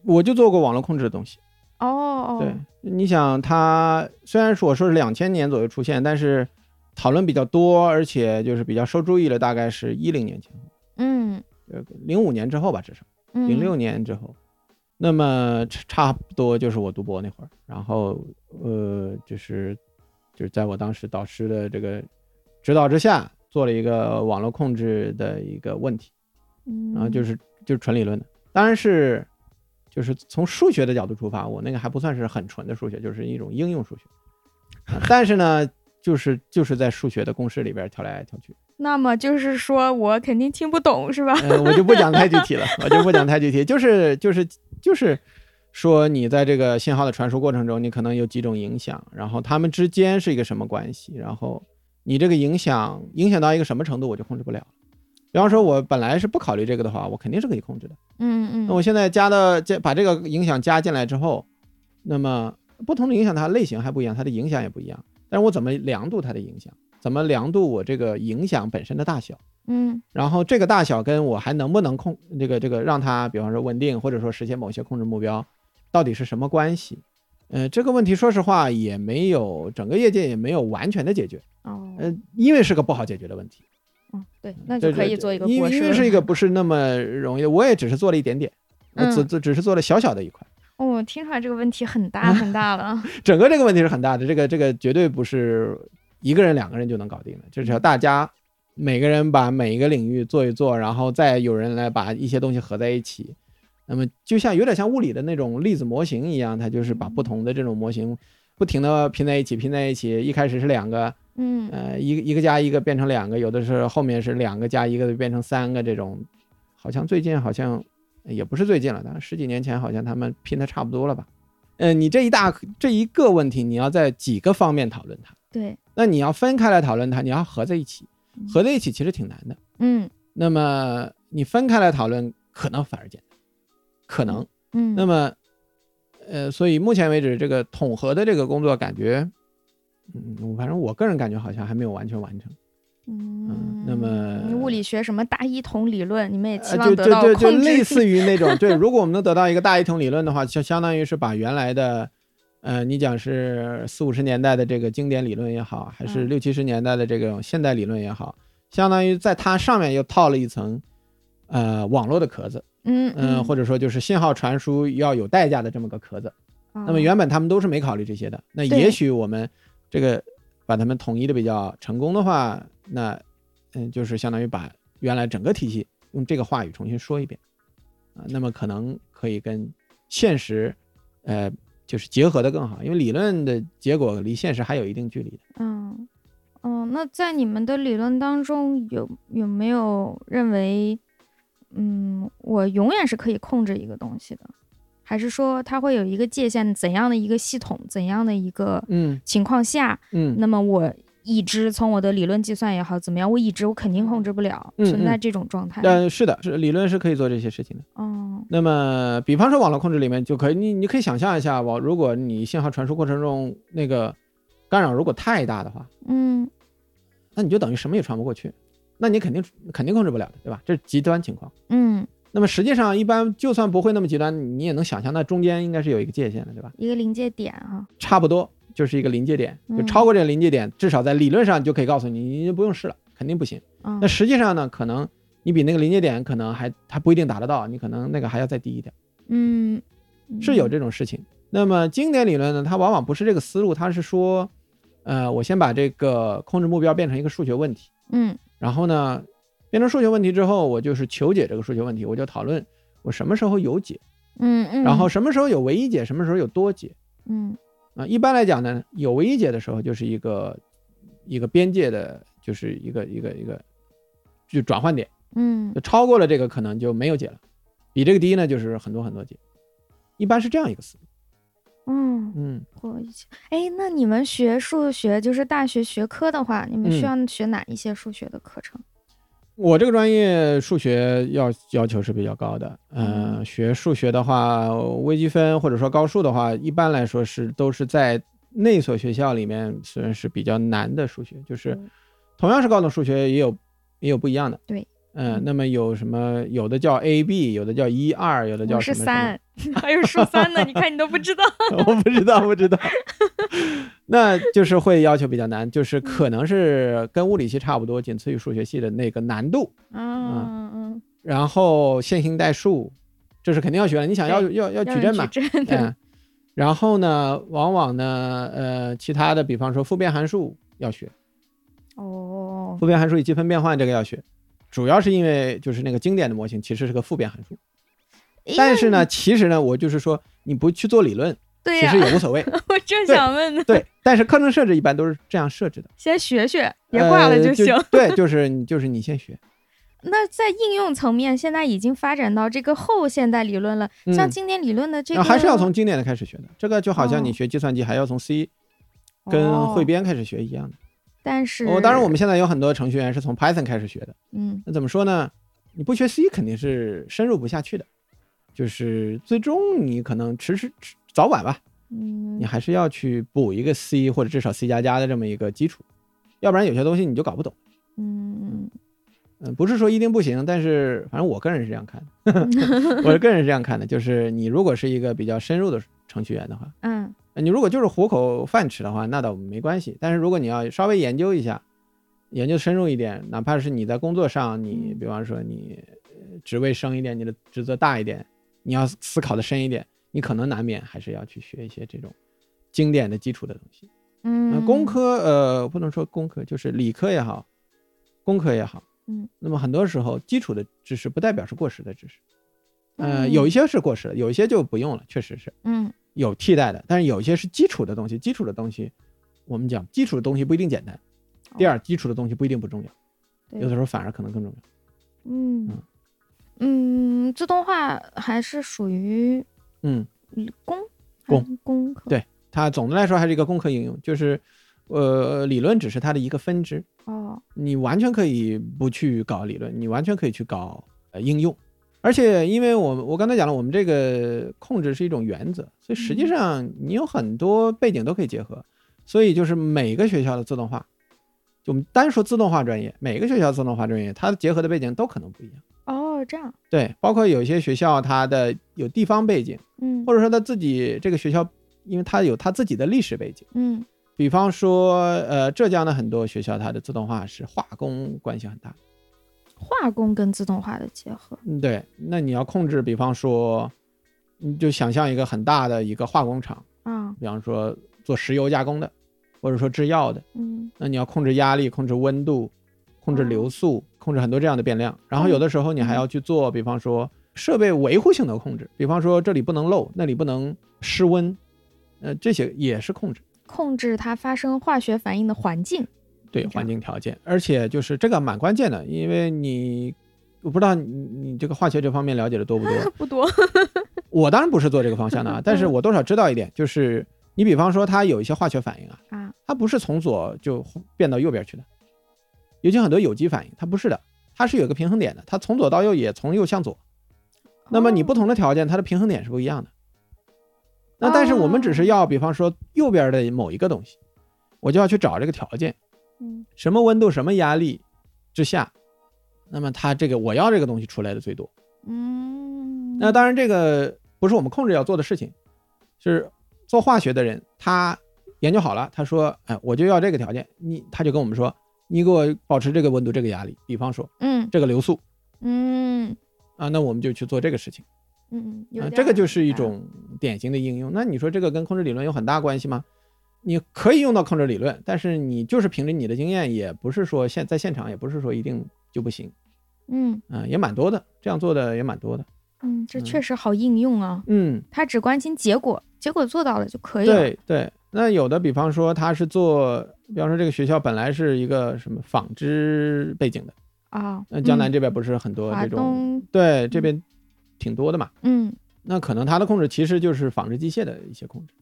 [SPEAKER 2] 我就做过网络控制的东西。
[SPEAKER 1] 哦哦，
[SPEAKER 2] 对，你想它虽然说我说是两千年左右出现，但是讨论比较多，而且就是比较受注意了，大概是一零年前后，
[SPEAKER 1] 嗯
[SPEAKER 2] 呃，零五年之后吧，至少。
[SPEAKER 1] 嗯，
[SPEAKER 2] 零六年之后，那么差差不多就是我读博那会儿，然后呃，就是就是在我当时导师的这个指导之下，做了一个网络控制的一个问题，
[SPEAKER 1] 嗯，
[SPEAKER 2] 然后啊就是就是纯理论的，当然是就是从数学的角度出发，我那个还不算是很纯的数学，就是一种应用数学，啊但是呢，就是就是在数学的公式里边跳来跳去。
[SPEAKER 1] 那么就是说我肯定听不懂是吧？
[SPEAKER 2] 呃，我就不讲太具体了，我就不讲太具体，就是就是就是说你在这个信号的传输过程中，你可能有几种影响，然后它们之间是一个什么关系，然后你这个影响影响到一个什么程度，我就控制不了。比方说，我本来是不考虑这个的话，我肯定是可以控制的。
[SPEAKER 1] 嗯
[SPEAKER 2] 那我
[SPEAKER 1] 嗯
[SPEAKER 2] 现在加的这把这个影响加进来之后，那么不同的影响它类型还不一样，它的影响也不一样。但是我怎么量度它的影响？怎么量度我这个影响本身的大小？
[SPEAKER 1] 嗯
[SPEAKER 2] 然后这个大小跟我还能不能控这个这个让它，比方说稳定或者说实现某些控制目标，到底是什么关系？呃，这个问题说实话也没有整个业界也没有完全的解决，
[SPEAKER 1] 哦
[SPEAKER 2] 呃，因为是个不好解决的问题，
[SPEAKER 1] 嗯对，那就
[SPEAKER 2] 这
[SPEAKER 1] 可
[SPEAKER 2] 这
[SPEAKER 1] 以做一个
[SPEAKER 2] 因
[SPEAKER 1] 博
[SPEAKER 2] 为
[SPEAKER 1] 士
[SPEAKER 2] 因
[SPEAKER 1] 了，
[SPEAKER 2] 为 是一个不是那么容易的，我也只是做了一点点，我只
[SPEAKER 1] 嗯
[SPEAKER 2] 只只是做了小小的一块，
[SPEAKER 1] 哦，我听出来这个问题很 大很大了，啊
[SPEAKER 2] 整个这个问题是很大的，这个这个绝对不是一个人两个人就能搞定的，这是要大家每个人把每一个领域做一做，然后再有人来把一些东西合在一起。那么就像有点像物理的那种粒子模型一样，它就是把不同的这种模型不停的拼在一起，拼在一起。一开始是两个，
[SPEAKER 1] 嗯
[SPEAKER 2] 呃，一个一个加一个变成两个，有的是后面是两个加一个变成三个这种。好像最近好像也不是最近了，但十几年前好像他们拼的差不多了吧？嗯、你这一大这一个问题，你要在几个方面讨论它，
[SPEAKER 1] 对，
[SPEAKER 2] 那你要分开来讨论它，你要合在一起，合在一起其实挺难的。
[SPEAKER 1] 嗯
[SPEAKER 2] 那么你分开来讨论，可能反而简单，可能。
[SPEAKER 1] 嗯，
[SPEAKER 2] 那么，呃，所以目前为止，这个统合的这个工作感觉，嗯，我反正我个人感觉好像还没有完全完成。
[SPEAKER 1] 嗯，
[SPEAKER 2] 那么
[SPEAKER 1] 你物理学什么大一统理论，你们也期
[SPEAKER 2] 呃，
[SPEAKER 1] 望
[SPEAKER 2] 就
[SPEAKER 1] 得到
[SPEAKER 2] 就就就
[SPEAKER 1] 控
[SPEAKER 2] 类
[SPEAKER 1] 制
[SPEAKER 2] 似于那种， 对，如果我们能得到一个大一统理论的话，就相当于是把原来的，呃，你讲是四五十年代的这个经典理论也好，还是
[SPEAKER 1] 嗯
[SPEAKER 2] 六七十年代的这种现代理论也好，相当于在它上面又套了一层呃网络的壳子，
[SPEAKER 1] 嗯
[SPEAKER 2] 嗯、或者说就是信号传输要有代价的这么个壳子。那
[SPEAKER 1] 那
[SPEAKER 2] 么原本他们都是没考虑这些的，那
[SPEAKER 1] 嗯对
[SPEAKER 2] 也许我们这个把它们统一的比较成功的话，那嗯，就是相当于把原来整个体系用这个话语重新说一遍啊，那么可能可以跟现实呃就是结合的更好，因为理论的结果离现实还有一定距离的。
[SPEAKER 1] 嗯嗯，那在你们的理论当中，有有没有认为，嗯，我永远是可以控制一个东西的，还是说它会有一个界限？怎样的一个系统，怎样的一个
[SPEAKER 2] 嗯
[SPEAKER 1] 情况下，
[SPEAKER 2] 嗯
[SPEAKER 1] 那么我已知从我的理论计算也好，怎么样，我已知我肯定控制不了，
[SPEAKER 2] 嗯
[SPEAKER 1] 存在
[SPEAKER 2] 嗯
[SPEAKER 1] 这种状态。
[SPEAKER 2] 呃，是的，是理论是可以做这些事情的。
[SPEAKER 1] 嗯
[SPEAKER 2] 那么，比方说网络控制里面就可以，你你可以想象一下，网如果你信号传输过程中那个干扰如果太大的话，
[SPEAKER 1] 嗯
[SPEAKER 2] 那你就等于什么也传不过去，那你肯定肯定控制不了的，对吧？这是极端情况。
[SPEAKER 1] 嗯，
[SPEAKER 2] 那么实际上，一般就算不会那么极端，你也能想象，那中间应该是有一个界限的，对吧？
[SPEAKER 1] 一个临界点啊哈、
[SPEAKER 2] 差不多就是一个临界点，就
[SPEAKER 1] 嗯
[SPEAKER 2] 超过这个临界点，至少在理论上就可以告诉你，你就不用试了，肯定不行。
[SPEAKER 1] 嗯
[SPEAKER 2] 那实际上呢，可能你比那个临界点可能还还不一定达得到，你可能那个还要再低一点，
[SPEAKER 1] 嗯，
[SPEAKER 2] 是有
[SPEAKER 1] 嗯
[SPEAKER 2] 这种事情。那么经典理论呢，它往往不是这个思路，它是说，呃，我先把这个控制目标变成一个数学问题。
[SPEAKER 1] 嗯
[SPEAKER 2] 然后呢，变成数学问题之后，我就是求解这个数学问题，我就讨论我什么时候有解，
[SPEAKER 1] 嗯嗯，
[SPEAKER 2] 然后什么时候有唯一解，什么时候有多解
[SPEAKER 1] 嗯
[SPEAKER 2] 啊、一般来讲呢，有唯一解的时候就是一个一个边界的，就是一个一个一个就转换点，
[SPEAKER 1] 嗯
[SPEAKER 2] 就超过了这个可能就没有解了，比这个低呢就是很多很多解，一般是这样一个思路。
[SPEAKER 1] 嗯。
[SPEAKER 2] 嗯，
[SPEAKER 1] 我一起，哎，那你们学数学就是大学学科的话，你
[SPEAKER 2] 嗯
[SPEAKER 1] 们需要学哪一些数学的课程？
[SPEAKER 2] 我这个专业数学要要求是比较高的，嗯、
[SPEAKER 1] 嗯
[SPEAKER 2] 学数学的话，微积分或者说高数的话，一般来说是都是在那所学校里面算是比较难的数学，就是
[SPEAKER 1] 嗯
[SPEAKER 2] 同样是高等数学，也有也有不一样的。
[SPEAKER 1] 对
[SPEAKER 2] 嗯，
[SPEAKER 1] 嗯
[SPEAKER 2] 那么有什么？有的叫 A B，有的叫一二，有的叫
[SPEAKER 1] 我
[SPEAKER 2] 什
[SPEAKER 1] 是
[SPEAKER 2] 么什么？
[SPEAKER 1] 三， 还有数三呢，你看你都不知 道。
[SPEAKER 2] 我不知道，不知道。 那就是会要求比较难，就是可能是跟物理系差不多，仅次于数学系的那个难度。
[SPEAKER 1] 嗯嗯，
[SPEAKER 2] 然后线性代数，这是肯定要学的。你想要
[SPEAKER 1] 对
[SPEAKER 2] 要要
[SPEAKER 1] 嗯要
[SPEAKER 2] 矩阵嘛？
[SPEAKER 1] 矩阵的，
[SPEAKER 2] 嗯。然后呢，往往呢，呃，其他的，比方说复变函数要学，
[SPEAKER 1] 哦，
[SPEAKER 2] 复变函数以积分变换这个要学，主要是因为就是那个经典的模型其实是个复变函数。
[SPEAKER 1] 哎
[SPEAKER 2] 但是呢，其实呢，我就是说你不去做理论，
[SPEAKER 1] 对
[SPEAKER 2] 其
[SPEAKER 1] 呀
[SPEAKER 2] 实，也无所谓。
[SPEAKER 1] 我正想问呢，
[SPEAKER 2] 对，但是课程设置一般都是这样设置的，
[SPEAKER 1] 先学学，别挂了
[SPEAKER 2] 呃
[SPEAKER 1] 就行。
[SPEAKER 2] 对，就是你就是你先学，
[SPEAKER 1] 那在应用层面，现在已经发展到这个后现代理论了，
[SPEAKER 2] 嗯
[SPEAKER 1] 像经典理论的这
[SPEAKER 2] 那
[SPEAKER 1] 个，
[SPEAKER 2] 还是要从经典的开始学的。这个就好像你
[SPEAKER 1] 哦
[SPEAKER 2] 学计算机还要从 C 跟汇
[SPEAKER 1] 哦，
[SPEAKER 2] 编开始学一样的。
[SPEAKER 1] 但是
[SPEAKER 2] 哦，当然，我们现在有很多程序员是从 Python 开始学的。
[SPEAKER 1] 嗯
[SPEAKER 2] 那怎么说呢？你不学 C 肯定是深入不下去的，就是最终你可能迟迟迟早晚吧，
[SPEAKER 1] 嗯
[SPEAKER 2] 你还是要去补一个 C 或者至少 C 加加的这么一个基础，要不然有些东西你就搞不懂。
[SPEAKER 1] 嗯
[SPEAKER 2] 嗯，不是说一定不行，但是反正我个人是这样看的， 我个人是这样看的，就是你如果是一个比较深入的程序员的话，
[SPEAKER 1] 嗯
[SPEAKER 2] 呃你如果就是糊口饭吃的话，那倒没关系。但是如果你要稍微研究一下，研究深入一点，哪怕是你在工作上，你
[SPEAKER 1] 嗯
[SPEAKER 2] 比方说你呃职位升一点，你的职责大一点，你要思考的深一点，你可能难免还是要去学一些这种经典的基础的东西。那
[SPEAKER 1] 嗯，
[SPEAKER 2] 工科呃不能说工科，就是理科也好，工科也好，
[SPEAKER 1] 嗯，
[SPEAKER 2] 那么很多时候基础的知识不代表是过时的知识，呃，
[SPEAKER 1] 嗯
[SPEAKER 2] 有一些是过时的，有一些就不用了，确实是
[SPEAKER 1] 嗯
[SPEAKER 2] 有替代的，但是有一些是基础的东西，基础的东西，我们讲基础的东西不一定简单，第二，基础的东西不一定不重要，
[SPEAKER 1] 对
[SPEAKER 2] 有的时候反而可能更重要。
[SPEAKER 1] 嗯嗯，自动化还是属于
[SPEAKER 2] 嗯，
[SPEAKER 1] 理工
[SPEAKER 2] 工
[SPEAKER 1] 还是工科
[SPEAKER 2] 对它总的来说还是一个工科应用，就是呃，理论只是它的一个分支，
[SPEAKER 1] 哦，
[SPEAKER 2] 你完全可以不去搞理论，你完全可以去搞呃应用。而且，因为我我刚才讲了，我们这个控制是一种原则，所以实际
[SPEAKER 1] 嗯
[SPEAKER 2] 上你有很多背景都可以结合。所以就是每个学校的自动化，就我们单说自动化专业，每个学校自动化专业它结合的背景都可能不一样。
[SPEAKER 1] 哦，这样，
[SPEAKER 2] 对，包括有些学校它的有地方背景，
[SPEAKER 1] 嗯
[SPEAKER 2] 或者说它自己这个学校，因为它有它自己的历史背景。
[SPEAKER 1] 嗯
[SPEAKER 2] 比方说，呃，浙江的很多学校它的自动化是化工关系很大。
[SPEAKER 1] 化工跟自动化的结合。
[SPEAKER 2] 嗯，对，那你要控制，比方说，你就想象一个很大的一个化工厂，
[SPEAKER 1] 啊，
[SPEAKER 2] 比方说做石油加工的，或者说制药的，
[SPEAKER 1] 嗯，
[SPEAKER 2] 那你要控制压力、控制温度、控制流速、控制很多这样的变量。然后有的时候你还要去做，比方说设备维护性的控制，比方说这里不能漏，那里不能失温，呃，这些也是控制。
[SPEAKER 1] 控制它发生化学反应的环境。
[SPEAKER 2] 对
[SPEAKER 1] 这
[SPEAKER 2] 环
[SPEAKER 1] 样
[SPEAKER 2] 境条件，而且就是这个蛮关键的，因为你我不知道你你这个化学这方面了解的多不多，
[SPEAKER 1] 不多，
[SPEAKER 2] 我当然不是做这个方向的啊，但是我多少知道一点，就是你比方说它有一些化学反应啊，
[SPEAKER 1] 啊，
[SPEAKER 2] 它不是从左就变到右边去的，尤其很多有机反应，它不是的，它是有一个平衡点的，它从左到右也从右向左，那么你不
[SPEAKER 1] 哦
[SPEAKER 2] 同的条件，它的平衡点是不一样的。那但是我们只是要，比方说右边的某一个东西，我就要去找这个条件。
[SPEAKER 1] 嗯
[SPEAKER 2] 什么温度、什么压力之下，那么它这个我要这个东西出来的最多。
[SPEAKER 1] 嗯，
[SPEAKER 2] 那当然，这个不是我们控制要做的事情，是做化学的人他研究好了，他说，哎，我就要这个条件，你他就跟我们说，你给我保持这个温度、这个压力，比方说
[SPEAKER 1] 嗯
[SPEAKER 2] 这个流速
[SPEAKER 1] 嗯
[SPEAKER 2] 啊，那我们就去做这个事情。
[SPEAKER 1] 嗯，有
[SPEAKER 2] 啊、
[SPEAKER 1] 点
[SPEAKER 2] 这个就是一
[SPEAKER 1] 明白了
[SPEAKER 2] 种典型的应用。那你说这个跟控制理论有很大关系吗？你可以用到控制理论，但是你就是凭着你的经验，也不是说现在现场也不是说一定就不行。
[SPEAKER 1] 嗯
[SPEAKER 2] 啊、也蛮多的，这样做的也蛮多的。
[SPEAKER 1] 嗯，这
[SPEAKER 2] 嗯
[SPEAKER 1] 确实好应用啊。
[SPEAKER 2] 嗯，
[SPEAKER 1] 他只关心结果，结果做到了就可以了。
[SPEAKER 2] 对对。那有的，比方说他是做，比方说这个学校本来是一个什么纺织背景的，
[SPEAKER 1] 啊，
[SPEAKER 2] 那江南
[SPEAKER 1] 嗯
[SPEAKER 2] 这边不是很多
[SPEAKER 1] 华
[SPEAKER 2] 这种，
[SPEAKER 1] 东，
[SPEAKER 2] 对，这边挺多的嘛。
[SPEAKER 1] 嗯
[SPEAKER 2] 那可能他的控制其实就是纺织机械的一些控制。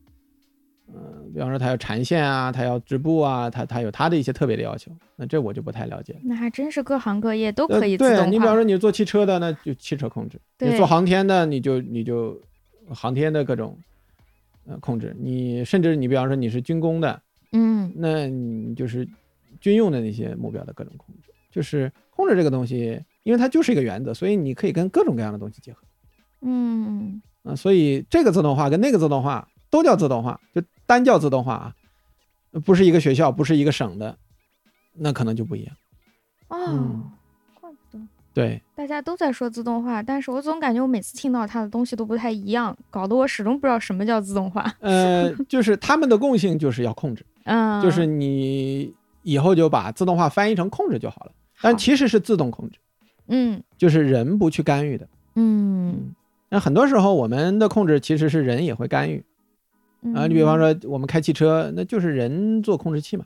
[SPEAKER 2] 嗯、比方说他要缠线啊，他要织布啊，他他有他的一些特别的要求，那这我就不太了解了。
[SPEAKER 1] 那还真是各行各业都
[SPEAKER 2] 呃
[SPEAKER 1] 可以自动化。
[SPEAKER 2] 对你比方说你做汽车的，那就汽车控制；你
[SPEAKER 1] 对
[SPEAKER 2] 做航天的，你就你就航天的各种呃控制。你甚至你比方说你是军工的，
[SPEAKER 1] 嗯
[SPEAKER 2] 那你就是军用的那些目标的各种控制。就是控制这个东西，因为它就是一个原则，所以你可以跟各种各样的东西结合
[SPEAKER 1] 嗯，
[SPEAKER 2] 啊、所以这个自动化跟那个自动化都叫自动化，就单叫自动化啊，不是一个学校，不是一个省的，那可能就不一样。
[SPEAKER 1] 哦
[SPEAKER 2] 嗯，
[SPEAKER 1] 怪不得
[SPEAKER 2] 对，
[SPEAKER 1] 大家都在说自动化，但是我总感觉我每次听到它的东西都不太一样，搞得我始终不知道什么叫自动化。
[SPEAKER 2] 呃，就是他们的共性就是要控制。
[SPEAKER 1] 嗯，
[SPEAKER 2] 就是你以后就把自动化翻译成控制就好了，但
[SPEAKER 1] 好
[SPEAKER 2] 其实是自动控制，
[SPEAKER 1] 嗯
[SPEAKER 2] 就是人不去干预的。
[SPEAKER 1] 嗯
[SPEAKER 2] 嗯，那很多时候我们的控制其实是人也会干预啊，你比方
[SPEAKER 1] 嗯
[SPEAKER 2] 说我们开汽车，那就是人做控制器嘛，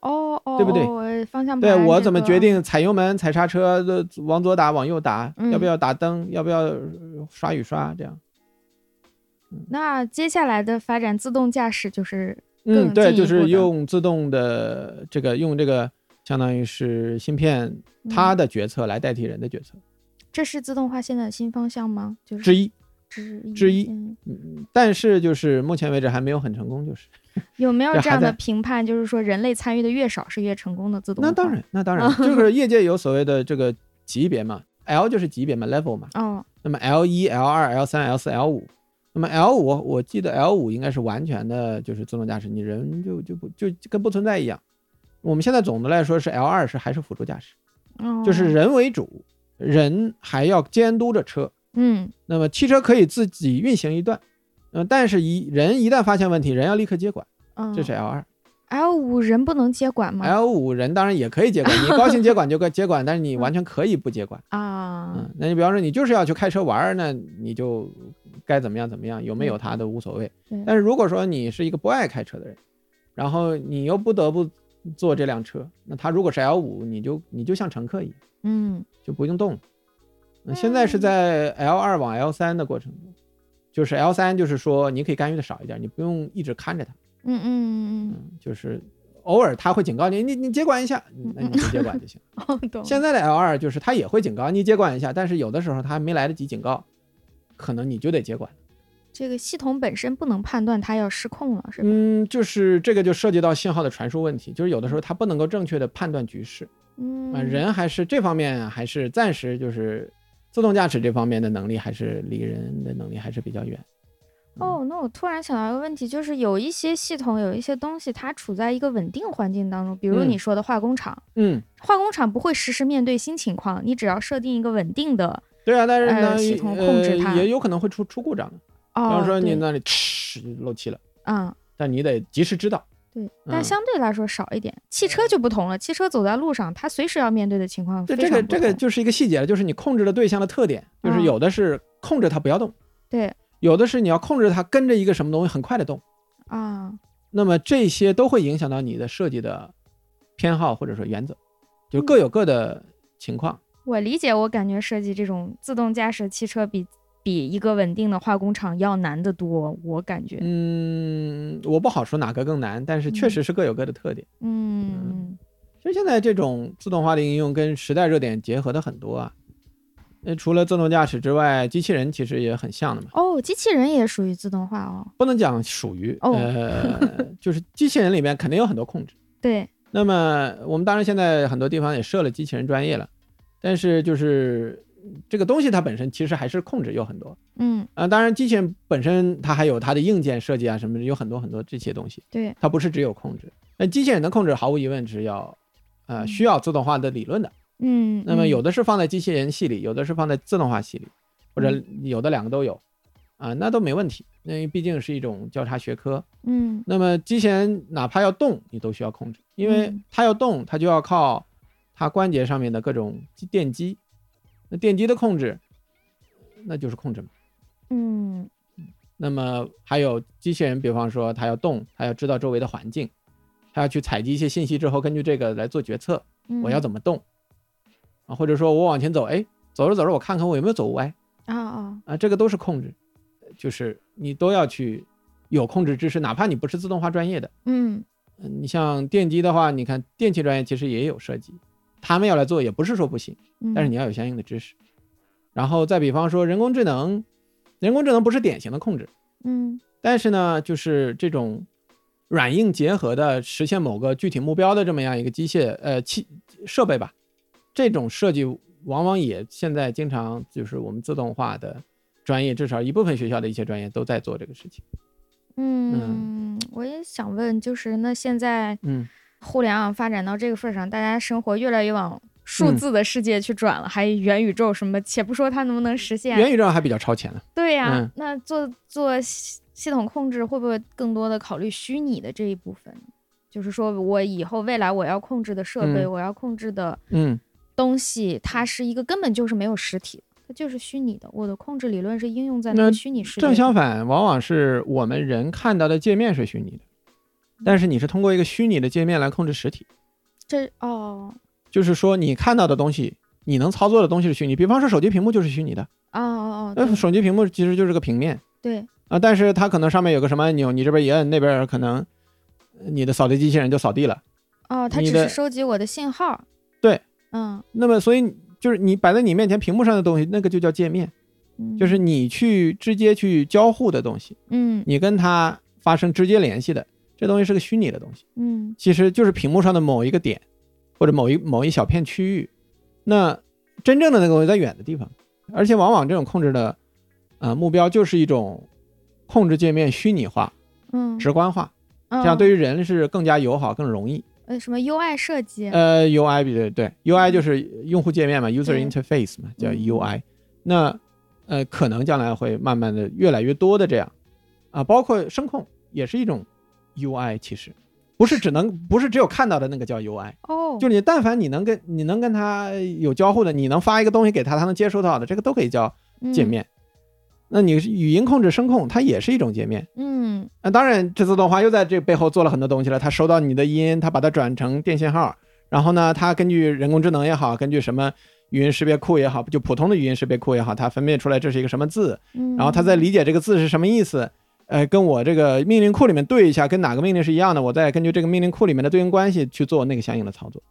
[SPEAKER 1] 哦哦，
[SPEAKER 2] 对不对
[SPEAKER 1] 对？方向
[SPEAKER 2] 对
[SPEAKER 1] 盘
[SPEAKER 2] 我
[SPEAKER 1] 这
[SPEAKER 2] 怎么
[SPEAKER 1] 个
[SPEAKER 2] 决？定踩油门、踩刹车，呃往左打、往右打，要不
[SPEAKER 1] 嗯
[SPEAKER 2] 要打灯，要不要呃刷雨刷这样。
[SPEAKER 1] 那接下来的发展，自动驾驶就是
[SPEAKER 2] 嗯，
[SPEAKER 1] 更
[SPEAKER 2] 对，
[SPEAKER 1] 进
[SPEAKER 2] 就
[SPEAKER 1] 一步
[SPEAKER 2] 是
[SPEAKER 1] 的
[SPEAKER 2] 用自动的这个用这个相当于是芯片它
[SPEAKER 1] 嗯
[SPEAKER 2] 的决策来代替人的决策
[SPEAKER 1] 这是自动化现在的新方向吗？就是
[SPEAKER 2] 之一。
[SPEAKER 1] 之一
[SPEAKER 2] 之一
[SPEAKER 1] 嗯
[SPEAKER 2] 嗯，但是就是目前为止还没有很成功，就是
[SPEAKER 1] 有没有
[SPEAKER 2] 这
[SPEAKER 1] 这样
[SPEAKER 2] 还
[SPEAKER 1] 的
[SPEAKER 2] 在
[SPEAKER 1] 评判？就是说，人类参与的越少，是越成功的自动化？
[SPEAKER 2] 那当然，那当然，就是业界有所谓的这个级别嘛，L 就是级别嘛，level 嘛，
[SPEAKER 1] 哦，
[SPEAKER 2] 那么 L 一、L 二、L 三、L 四、L 五，那么 L 五我记得 L 五应该是完全的，就是自动驾驶，你人就就不就就跟不存在一样。我们现在总的来说是 L 二是还是辅助驾驶，
[SPEAKER 1] 哦
[SPEAKER 2] 就是人为主，人还要监督着车，
[SPEAKER 1] 嗯
[SPEAKER 2] 那么汽车可以自己运行一段，嗯、但是一人一旦发现问题，人要立刻接管，
[SPEAKER 1] 嗯，
[SPEAKER 2] 这是哎 L 二。
[SPEAKER 1] L 五人不能接管吗？
[SPEAKER 2] L 五人当然也可以接管，你高兴接管就该接管，但是你
[SPEAKER 1] 嗯
[SPEAKER 2] 完全可以不接管。
[SPEAKER 1] 啊
[SPEAKER 2] 嗯，那你比方说你就是要去开车玩儿，那你就该怎么样怎么样，有没有他的无所谓
[SPEAKER 1] 对。
[SPEAKER 2] 但是如果说你是一个不爱开车的人，然后你又不得不坐这辆车，那他如果是 L 五，你就你就像乘客一样，
[SPEAKER 1] 嗯
[SPEAKER 2] 就不用动了。嗯现在是在 L 二往 L 三的过程中，就是 L 三就是说你可以干预的少一点，你不用一直看着他。
[SPEAKER 1] 嗯嗯嗯嗯
[SPEAKER 2] 嗯，就是偶尔他会警告你，你你接管一下，那你就接管就行。
[SPEAKER 1] 嗯，哦，懂。
[SPEAKER 2] 现在的 L 二就是他也会警告你接管一下，但是有的时候他还没来得及警告，可能你就得接管。
[SPEAKER 1] 这个系统本身不能判断它要失控了，是吧？
[SPEAKER 2] 嗯，就是这个就涉及到信号的传输问题，就是有的时候他不能够正确的判断局势啊、
[SPEAKER 1] 嗯，
[SPEAKER 2] 人还是这方面还是暂时就是自动驾驶这方面的能力还是离人的能力还是比较远。
[SPEAKER 1] 哦，那我突然想到一个问题，就是有一些系统，有一些东西，它处在一个稳定环境当中，比如
[SPEAKER 2] 嗯
[SPEAKER 1] 你说的化工厂，
[SPEAKER 2] 嗯，
[SPEAKER 1] 化工厂不会实时面对新情况，你只要设定一个稳定的
[SPEAKER 2] 对啊，但是
[SPEAKER 1] 还有
[SPEAKER 2] 呢，
[SPEAKER 1] 系统控制它
[SPEAKER 2] 呃、也有可能会出出故障的。
[SPEAKER 1] 哦，
[SPEAKER 2] 比方说你
[SPEAKER 1] 对
[SPEAKER 2] 那里 嗤漏气了，
[SPEAKER 1] 嗯，
[SPEAKER 2] 但你得及时知道。
[SPEAKER 1] 对，但
[SPEAKER 2] 嗯
[SPEAKER 1] 相对来说少一点。汽车就不同了，汽车走在路上，它随时要面对的情况非
[SPEAKER 2] 对，
[SPEAKER 1] 常
[SPEAKER 2] 这
[SPEAKER 1] 不
[SPEAKER 2] 个
[SPEAKER 1] 同。
[SPEAKER 2] 这个就是一个细节了，就是你控制的对象的特点，就是
[SPEAKER 1] 嗯
[SPEAKER 2] 有的是控制它不要动，
[SPEAKER 1] 对
[SPEAKER 2] 有的是你要控制它跟着一个什么东西很快的动。
[SPEAKER 1] 啊，
[SPEAKER 2] 那么这些都会影响到你的设计的偏好或者说原则，
[SPEAKER 1] 嗯
[SPEAKER 2] 就各有各的情况。
[SPEAKER 1] 我理解，我感觉设计这种自动驾驶汽车比比一个稳定的化工厂要难得多，我感觉。
[SPEAKER 2] 嗯，我不好说哪个更难，但是确
[SPEAKER 1] 嗯
[SPEAKER 2] 实是各有各的特点。
[SPEAKER 1] 嗯，
[SPEAKER 2] 其实现在这种自动化的应用跟时代热点结合的很多啊。那除了自动驾驶之外，机器人其实也很像的嘛，
[SPEAKER 1] 哦，机器人也属于自动化哦。
[SPEAKER 2] 不能讲属于，
[SPEAKER 1] 哦
[SPEAKER 2] 呃， 就是机器人里面肯定有很多控制。
[SPEAKER 1] 对，
[SPEAKER 2] 那么我们当然现在很多地方也设了机器人专业了，但是就是这个东西它本身其实还是控制有很多
[SPEAKER 1] 嗯，
[SPEAKER 2] 啊、当然，机器人本身它还有它的硬件设计啊什么的，有很多很多这些东西，
[SPEAKER 1] 对，
[SPEAKER 2] 它不是只有控制。那机器人的控制毫无疑问是要呃
[SPEAKER 1] 嗯
[SPEAKER 2] 需要自动化的理论的。
[SPEAKER 1] 嗯。
[SPEAKER 2] 那么有
[SPEAKER 1] 嗯
[SPEAKER 2] 的是放在机器人系里，有的是放在自动化系里，或者
[SPEAKER 1] 嗯
[SPEAKER 2] 有的两个都有啊、那都没问题。那毕竟是一种交叉学科，
[SPEAKER 1] 嗯
[SPEAKER 2] 那么机器人哪怕要动，你都需要控制，因为
[SPEAKER 1] 嗯
[SPEAKER 2] 它要动，它就要靠它关节上面的各种机电机，那电机的控制，那就是控制嘛。
[SPEAKER 1] 嗯
[SPEAKER 2] 那么还有机器人，比方说它要动，它要知道周围的环境，它要去采集一些信息之后，根据这个来做决策，
[SPEAKER 1] 嗯，
[SPEAKER 2] 我要怎么动啊？或者说我往前走，哎，走着走着我看看我有没有走歪
[SPEAKER 1] 啊啊
[SPEAKER 2] 啊？这个都是控制，就是你都要去有控制知识，哪怕你不是自动化专业的。
[SPEAKER 1] 嗯
[SPEAKER 2] 嗯，你像电机的话，你看电气专业其实也有设计，他们要来做也不是说不行，
[SPEAKER 1] 嗯，
[SPEAKER 2] 但是你要有相应的知识。然后再比方说人工智能，人工智能不是典型的控制，
[SPEAKER 1] 嗯
[SPEAKER 2] 但是呢，就是这种软硬结合的实现某个具体目标的这么样一个机械呃器设备吧，这种设计往往也现在经常就是我们自动化的专业，至少一部分学校的一些专业都在做这个事情。
[SPEAKER 1] 嗯，我也想问，就是那现在
[SPEAKER 2] 嗯，
[SPEAKER 1] 互联网发展到这个份儿上，大家生活越来越往数
[SPEAKER 2] 嗯
[SPEAKER 1] 字的世界去转了，还元宇宙什么，且不说它能不能实现，
[SPEAKER 2] 元宇宙还比较超前了。
[SPEAKER 1] 对呀、
[SPEAKER 2] 嗯
[SPEAKER 1] 那做做系系统控制会不会更多的考虑虚拟的这一部分呢？就是说我以后未来我要控制的设备，
[SPEAKER 2] 嗯
[SPEAKER 1] 我要控制的
[SPEAKER 2] 嗯。
[SPEAKER 1] 东西，它是一个根本就是没有实体的，它就是虚拟的。我的控制理论是应用在那
[SPEAKER 2] 那
[SPEAKER 1] 个虚拟世界。
[SPEAKER 2] 正相反，往往是我们人看到的界面是虚拟的，
[SPEAKER 1] 嗯
[SPEAKER 2] 但是你是通过一个虚拟的界面来控制实体，
[SPEAKER 1] 这哦
[SPEAKER 2] 就是说你看到的东西，你能操作的东西是虚拟。比方说手机屏幕就是虚拟的，
[SPEAKER 1] 哦哦哦，
[SPEAKER 2] 呃，
[SPEAKER 1] 对
[SPEAKER 2] 手机屏幕其实就是个平面
[SPEAKER 1] 对，
[SPEAKER 2] 啊、但是它可能上面有个什么按钮，你这边一摁，那边可能呃你的扫地机器人就扫地了。
[SPEAKER 1] 哦，它
[SPEAKER 2] 你
[SPEAKER 1] 只
[SPEAKER 2] 的
[SPEAKER 1] 是收集我的信号。
[SPEAKER 2] 对，
[SPEAKER 1] 嗯，
[SPEAKER 2] 那么所以就是你摆在你面前屏幕上的东西，那个就叫界面，
[SPEAKER 1] 嗯
[SPEAKER 2] 就是你去直接去交互的东西，
[SPEAKER 1] 嗯
[SPEAKER 2] 你跟它发生直接联系的，这东西是个虚拟的东西。
[SPEAKER 1] 嗯
[SPEAKER 2] 其实就是屏幕上的某一个点，或者某一某一小片区域。那真正的那个东西在远的地方，而且往往这种控制的呃目标就是一种控制界面虚拟化、
[SPEAKER 1] 嗯，
[SPEAKER 2] 直观化，
[SPEAKER 1] 这
[SPEAKER 2] 这样对
[SPEAKER 1] 于
[SPEAKER 2] 于人是更加友好、更容易。
[SPEAKER 1] 呃什么 UI 设计，
[SPEAKER 2] 呃，UI 比对对，UI 就是用户界面嘛
[SPEAKER 1] 嗯
[SPEAKER 2] ，user
[SPEAKER 1] 对
[SPEAKER 2] interface 嘛，叫
[SPEAKER 1] 嗯
[SPEAKER 2] UI。那呃，可能将来会慢慢的越来越多的这样啊，包括声控也是一种 UI，其实不是只能不是只有看到的那个叫 UI。
[SPEAKER 1] 哦，
[SPEAKER 2] 就你但凡你能跟你能跟他有交互的，你能发一个东西给他，他能接收到的，这个都可以叫
[SPEAKER 1] 嗯
[SPEAKER 2] 界面。那你是语音控制声控，它也是一种界面。
[SPEAKER 1] 嗯，嗯，
[SPEAKER 2] 那、当然，这自动化又在这背后做了很多东西了。它收到你的音，它把它转成电信号，然后呢，它根据人工智能也好，根据什么语音识别库也好，就普通的语音识别库也好，它分辨出来这是一个什么字，
[SPEAKER 1] 嗯
[SPEAKER 2] 然后它再理解这个字是什么意思，呃，跟我这个命令库里面对一下，跟哪个命令是一样的，我再根据这个命令库里面的对应关系去做那个相应的操作。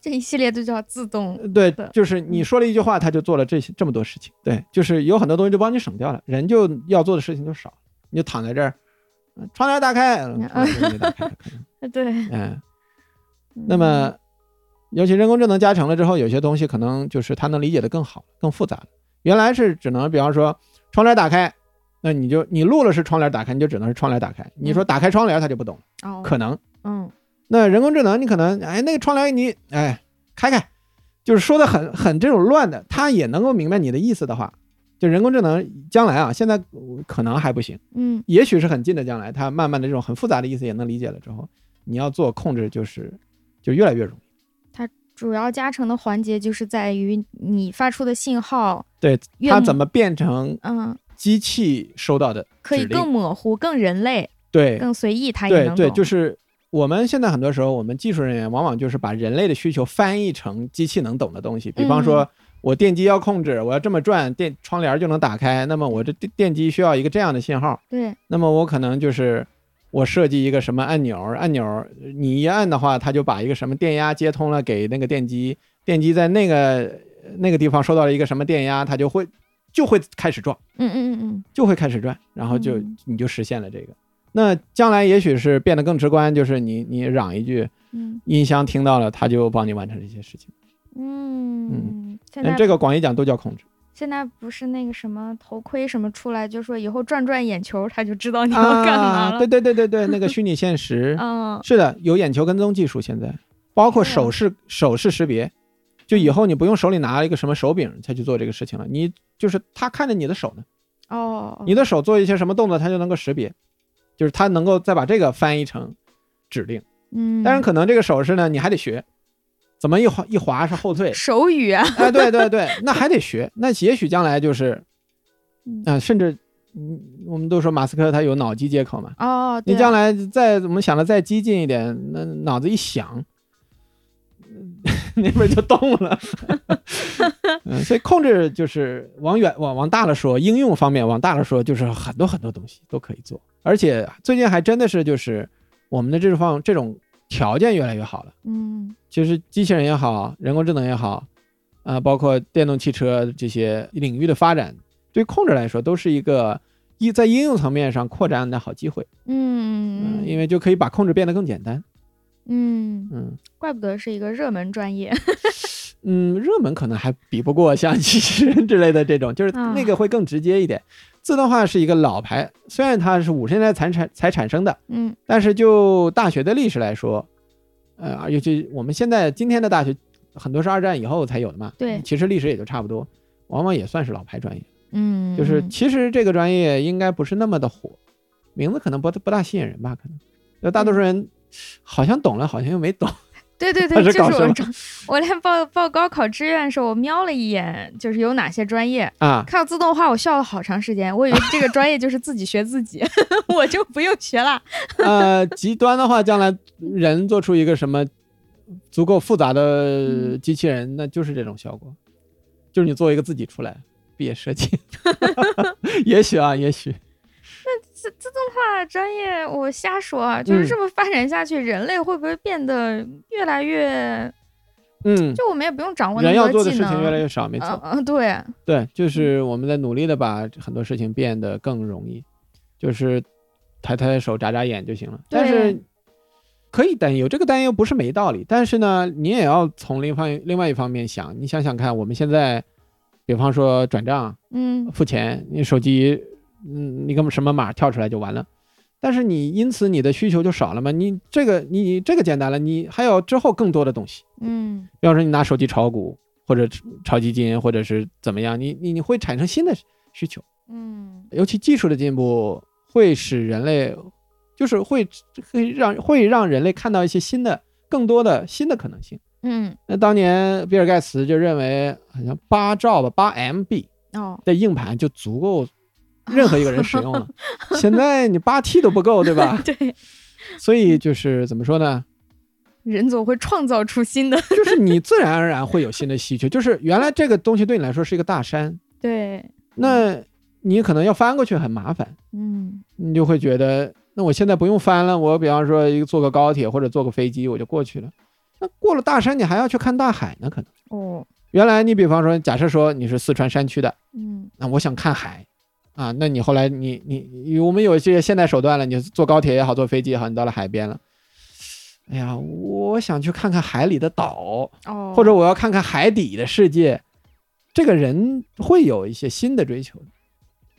[SPEAKER 1] 这一系列就叫自动。
[SPEAKER 2] 呃对
[SPEAKER 1] 的，
[SPEAKER 2] 就是你说了一句话，他就做了这些这么多事情。对，就是有很多东西就帮你省掉了，人就要做的事情就少了，你就躺在这儿，呃窗帘打开，嗯窗帘就打开了，可能
[SPEAKER 1] 对，嗯
[SPEAKER 2] 嗯，那么尤其人工智能加成了之后，有些东西可能就是它能理解的更好、更复杂了。原来是只能比方说窗帘打开，那你就你录了是窗帘打开，你就只能是窗帘打开。你说打开窗帘，他就不懂，
[SPEAKER 1] 哦，
[SPEAKER 2] 可能。
[SPEAKER 1] 嗯
[SPEAKER 2] 那人工智能，你可能哎，那个窗帘你哎开开，就是说的很很这种乱的，它也能够明白你的意思的话，就人工智能将来啊，现在呃可能还不行，
[SPEAKER 1] 嗯
[SPEAKER 2] 也许是很近的将来，它慢慢的这种很复杂的意思也能理解了之后，你要做控制就是就越来越容易。
[SPEAKER 1] 主要加成的环节就是在于你发出的信号，
[SPEAKER 2] 对
[SPEAKER 1] 越
[SPEAKER 2] 它
[SPEAKER 1] 模
[SPEAKER 2] 怎么变成
[SPEAKER 1] 嗯，
[SPEAKER 2] 机器收到的
[SPEAKER 1] 可以
[SPEAKER 2] 指令
[SPEAKER 1] 更模糊、更人类、
[SPEAKER 2] 对
[SPEAKER 1] 更随意，它也
[SPEAKER 2] 对
[SPEAKER 1] 能
[SPEAKER 2] 对，
[SPEAKER 1] 懂
[SPEAKER 2] 就是我们现在很多时候，我们技术人员往往就是把人类的需求翻译成机器能懂的东西，比方
[SPEAKER 1] 嗯
[SPEAKER 2] 说。我电机要控制，我要这么转，电窗帘就能打开。那么我这电电机需要一个这样的信号，
[SPEAKER 1] 对，
[SPEAKER 2] 那么我可能就是我设计一个什么按钮，按钮你一按的话，它就把一个什么电压接通了给那个电机，电机在那个那个地方收到了一个什么电压，它就会就会开始撞。
[SPEAKER 1] 嗯嗯嗯
[SPEAKER 2] 就会开始转，然后就
[SPEAKER 1] 嗯
[SPEAKER 2] 你就实现了这个。那将来也许是变得更直观，就是你你嚷一句，
[SPEAKER 1] 嗯
[SPEAKER 2] 音箱听到了，它就帮你完成这些事情。
[SPEAKER 1] 嗯嗯，现
[SPEAKER 2] 那
[SPEAKER 1] 在
[SPEAKER 2] 这个广义讲都 叫控制
[SPEAKER 1] 现在不是那个什么头盔什么出来，就说以后转转眼球，他就知道你要干嘛
[SPEAKER 2] 啊！
[SPEAKER 1] 了。
[SPEAKER 2] 对对对对对，那个虚拟现实、
[SPEAKER 1] 嗯
[SPEAKER 2] 是的，有眼球跟踪技术，现在包括
[SPEAKER 1] 对嗯啊
[SPEAKER 2] 手势手势识别，就以后你不用手里拿一个什么手柄才去做这个事情了，你就是它看着你的手呢，
[SPEAKER 1] 哦，
[SPEAKER 2] 你的手做一些什么动作，它就能够识别，就是它能够再把这个翻译成指令。
[SPEAKER 1] 嗯，，
[SPEAKER 2] 但是可能这个手势呢，你还得学，怎么一滑一滑是后 退
[SPEAKER 1] 手语啊，
[SPEAKER 2] 哎，对对对，那还得学，那也许将来就是，
[SPEAKER 1] 嗯
[SPEAKER 2] 啊、甚至嗯，我们都说马斯克他有脑机接口嘛，
[SPEAKER 1] 哦，对啊
[SPEAKER 2] 你将来再我们想的再激进一点，那脑子一想， 嗯那边就动 了，嗯，所以控制就是往远往往大了说，应用方面往大了说，就是很多很多东西都可以做，而且最近还真的是就是我们的这方这种条件越来越好了。
[SPEAKER 1] 嗯
[SPEAKER 2] 其实机器人也好，人工智能也好，啊、包括电动汽车这些领域的发展，对控制来说都是一个一在应用层面上扩展的好机会。
[SPEAKER 1] 嗯
[SPEAKER 2] 嗯，
[SPEAKER 1] 嗯，
[SPEAKER 2] 因
[SPEAKER 1] 为
[SPEAKER 2] 为就可以把控制变得更简单。
[SPEAKER 1] 嗯，
[SPEAKER 2] 嗯
[SPEAKER 1] 怪不得是一个热门专业。
[SPEAKER 2] 嗯，热门可能还比不过像机器人之类的这种，就是
[SPEAKER 1] 啊
[SPEAKER 2] 那个会更直接一点。自动化是一个老牌，虽然它是五十年代才产才产生的，
[SPEAKER 1] 嗯
[SPEAKER 2] 但是就大学的历史来说，呃，尤其我们现在今天的大学很多是二战以后才有的嘛，
[SPEAKER 1] 对
[SPEAKER 2] 其实历史也就差不多，往往也算是老牌专业。
[SPEAKER 1] 嗯，
[SPEAKER 2] 就是
[SPEAKER 1] 嗯
[SPEAKER 2] 其实这个专业应该不是那么的火，名字可能不不大吸引人吧，可能，就大
[SPEAKER 1] 嗯
[SPEAKER 2] 多数人好像懂了，好像又没懂。
[SPEAKER 1] 对对对，
[SPEAKER 2] 他
[SPEAKER 1] 就是
[SPEAKER 2] 搞
[SPEAKER 1] 是
[SPEAKER 2] 什
[SPEAKER 1] 我
[SPEAKER 2] 么
[SPEAKER 1] 找我连报报高考志愿的时候，我瞄了一眼，就是有哪些专业。
[SPEAKER 2] 啊，
[SPEAKER 1] 看到自动化，我笑了好长时间。我以为这个专业就是自己学自己， 我就不用学了。
[SPEAKER 2] 呃，极端的话，将来人做出一个什么足够复杂的
[SPEAKER 1] 嗯
[SPEAKER 2] 机器人，那就是这种效果，就是你做一个自己出来，毕业设计， 也许啊，也许
[SPEAKER 1] 自自动化啊专业，我瞎说啊，就是
[SPEAKER 2] 嗯
[SPEAKER 1] 这么发展下去，人类会不会变得越来越？
[SPEAKER 2] 嗯，
[SPEAKER 1] 就我们也不用掌握那
[SPEAKER 2] 人
[SPEAKER 1] 么
[SPEAKER 2] 要
[SPEAKER 1] 多
[SPEAKER 2] 做
[SPEAKER 1] 技
[SPEAKER 2] 的
[SPEAKER 1] 能。
[SPEAKER 2] 事情越来越少，没
[SPEAKER 1] 嗯
[SPEAKER 2] 错，
[SPEAKER 1] 嗯、对，
[SPEAKER 2] 对，就是我们在努力的把很多事情变得更容易，就是抬抬手、眨眨眼就行了。但
[SPEAKER 1] 对
[SPEAKER 2] 是可以担忧，这个担忧不是没道理，但是呢，你也要从另一方另外一方面想，你想想看，我们现在，比方说转账、
[SPEAKER 1] 嗯
[SPEAKER 2] 付钱，你手机，嗯，你个什么码跳出来就完了。但是你因此你的需求就少了嘛？你这个你这个简单了，你还有之后更多的东西。
[SPEAKER 1] 嗯
[SPEAKER 2] 比方说你拿手机炒股，或者炒基金，或者是怎么样，你你你会产生新的需求。
[SPEAKER 1] 嗯
[SPEAKER 2] 尤其技术的进步会使人类，就是会会让会让人类看到一些新的、更多的新的可能性。
[SPEAKER 1] 嗯，
[SPEAKER 2] 那当年比尔盖茨就认为，好像八兆吧，八 MB
[SPEAKER 1] 哦，？
[SPEAKER 2] 的硬盘就足够任何一个人使用了。现在你八 T 都不够，对吧
[SPEAKER 1] 对，
[SPEAKER 2] 所以就是怎么说呢？
[SPEAKER 1] 人总会创造出新的。
[SPEAKER 2] 就是你自然而然会有新的需求。就是原来这个东西对你来说是一个大山，
[SPEAKER 1] 对，
[SPEAKER 2] 那你可能要翻过去很麻烦，
[SPEAKER 1] 嗯
[SPEAKER 2] 你就会觉得，那我现在不用翻了，我比方说一个坐个高铁或者坐个飞机我就过去了。那过了大山，你还要去看大海呢，可能。
[SPEAKER 1] 哦，
[SPEAKER 2] 原来你比方说，假设说你是四川山区的，
[SPEAKER 1] 嗯
[SPEAKER 2] 那我想看海，啊，那你后来你你你我们有这些现代手段了，你坐高铁也好，坐飞机也好，你到了海边了。哎呀，我想去看看海里的岛，
[SPEAKER 1] 哦，
[SPEAKER 2] 或者我要看看海底的世界，这个人会有一些新的追求，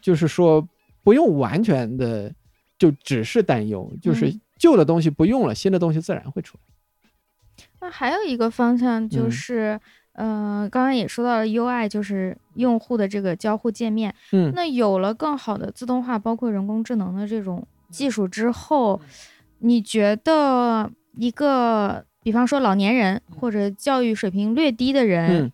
[SPEAKER 2] 就是说不用完全的就只是担忧，就是
[SPEAKER 1] 嗯
[SPEAKER 2] 旧的东西不用了，新的东西自然会出来。
[SPEAKER 1] 那还有一个方向就
[SPEAKER 2] 嗯
[SPEAKER 1] 是，呃，刚刚也说到了 UI，就是用户的这个交互界面。
[SPEAKER 2] 嗯，
[SPEAKER 1] 那有了更好的自动化，包括人工智能的这
[SPEAKER 2] 嗯
[SPEAKER 1] 种技术之后，你觉得一个，比方说老年人或者教育水平略低的人，
[SPEAKER 2] 嗯，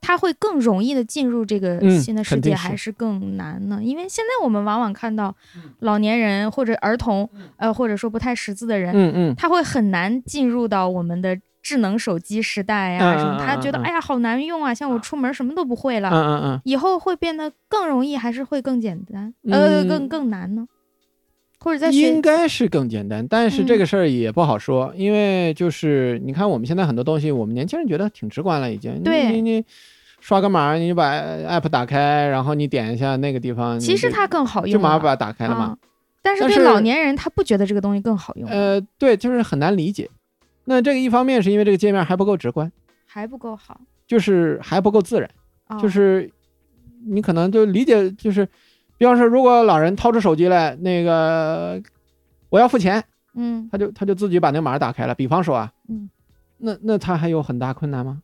[SPEAKER 1] 他会更容易的进入这个
[SPEAKER 2] 嗯
[SPEAKER 1] 新的世
[SPEAKER 2] 肯
[SPEAKER 1] 界，
[SPEAKER 2] 定是
[SPEAKER 1] 还是更难呢？因为现在我们往往看到
[SPEAKER 2] 嗯
[SPEAKER 1] 老年人或者儿童，呃，或者说不太识字的人，
[SPEAKER 2] 嗯嗯，
[SPEAKER 1] 他会很难进入到我们的智能手机时代呀、
[SPEAKER 2] 嗯
[SPEAKER 1] 什么，他觉得、
[SPEAKER 2] 嗯嗯嗯
[SPEAKER 1] 哎呀好难用啊，像我出门什么都不会了，
[SPEAKER 2] 嗯嗯嗯，
[SPEAKER 1] 以后会变得更容易还是会更简单？呃，
[SPEAKER 2] 嗯
[SPEAKER 1] 更更难呢？或者在学
[SPEAKER 2] 应该是更简单，但是
[SPEAKER 1] 嗯
[SPEAKER 2] 这个事儿也不好说，因为就是你看我们现在很多东西，我们年轻人觉得挺直观了，已经。你
[SPEAKER 1] 对
[SPEAKER 2] 你你刷个码，你把 app 打开，然后你点一下那个地方，
[SPEAKER 1] 其实
[SPEAKER 2] 你
[SPEAKER 1] 它更好
[SPEAKER 2] 就就
[SPEAKER 1] 用啊
[SPEAKER 2] 马
[SPEAKER 1] 了，
[SPEAKER 2] 上把它打开了嘛。
[SPEAKER 1] 啊但是
[SPEAKER 2] 但
[SPEAKER 1] 对
[SPEAKER 2] 是
[SPEAKER 1] 老年人，他不觉得这个东西更好用，
[SPEAKER 2] 呃，对，就是很难理解。那这个一方面是因为这个界面还不够直观，
[SPEAKER 1] 还不够好。
[SPEAKER 2] 就是还不够自然，
[SPEAKER 1] 啊
[SPEAKER 2] 就是你可能就理解就是，比方说如果老人掏出手机来，那个我要付钱，
[SPEAKER 1] 嗯，
[SPEAKER 2] 他就他就自己把那个码打开了。比方说啊，
[SPEAKER 1] 嗯，
[SPEAKER 2] 那那他还有很大困难吗？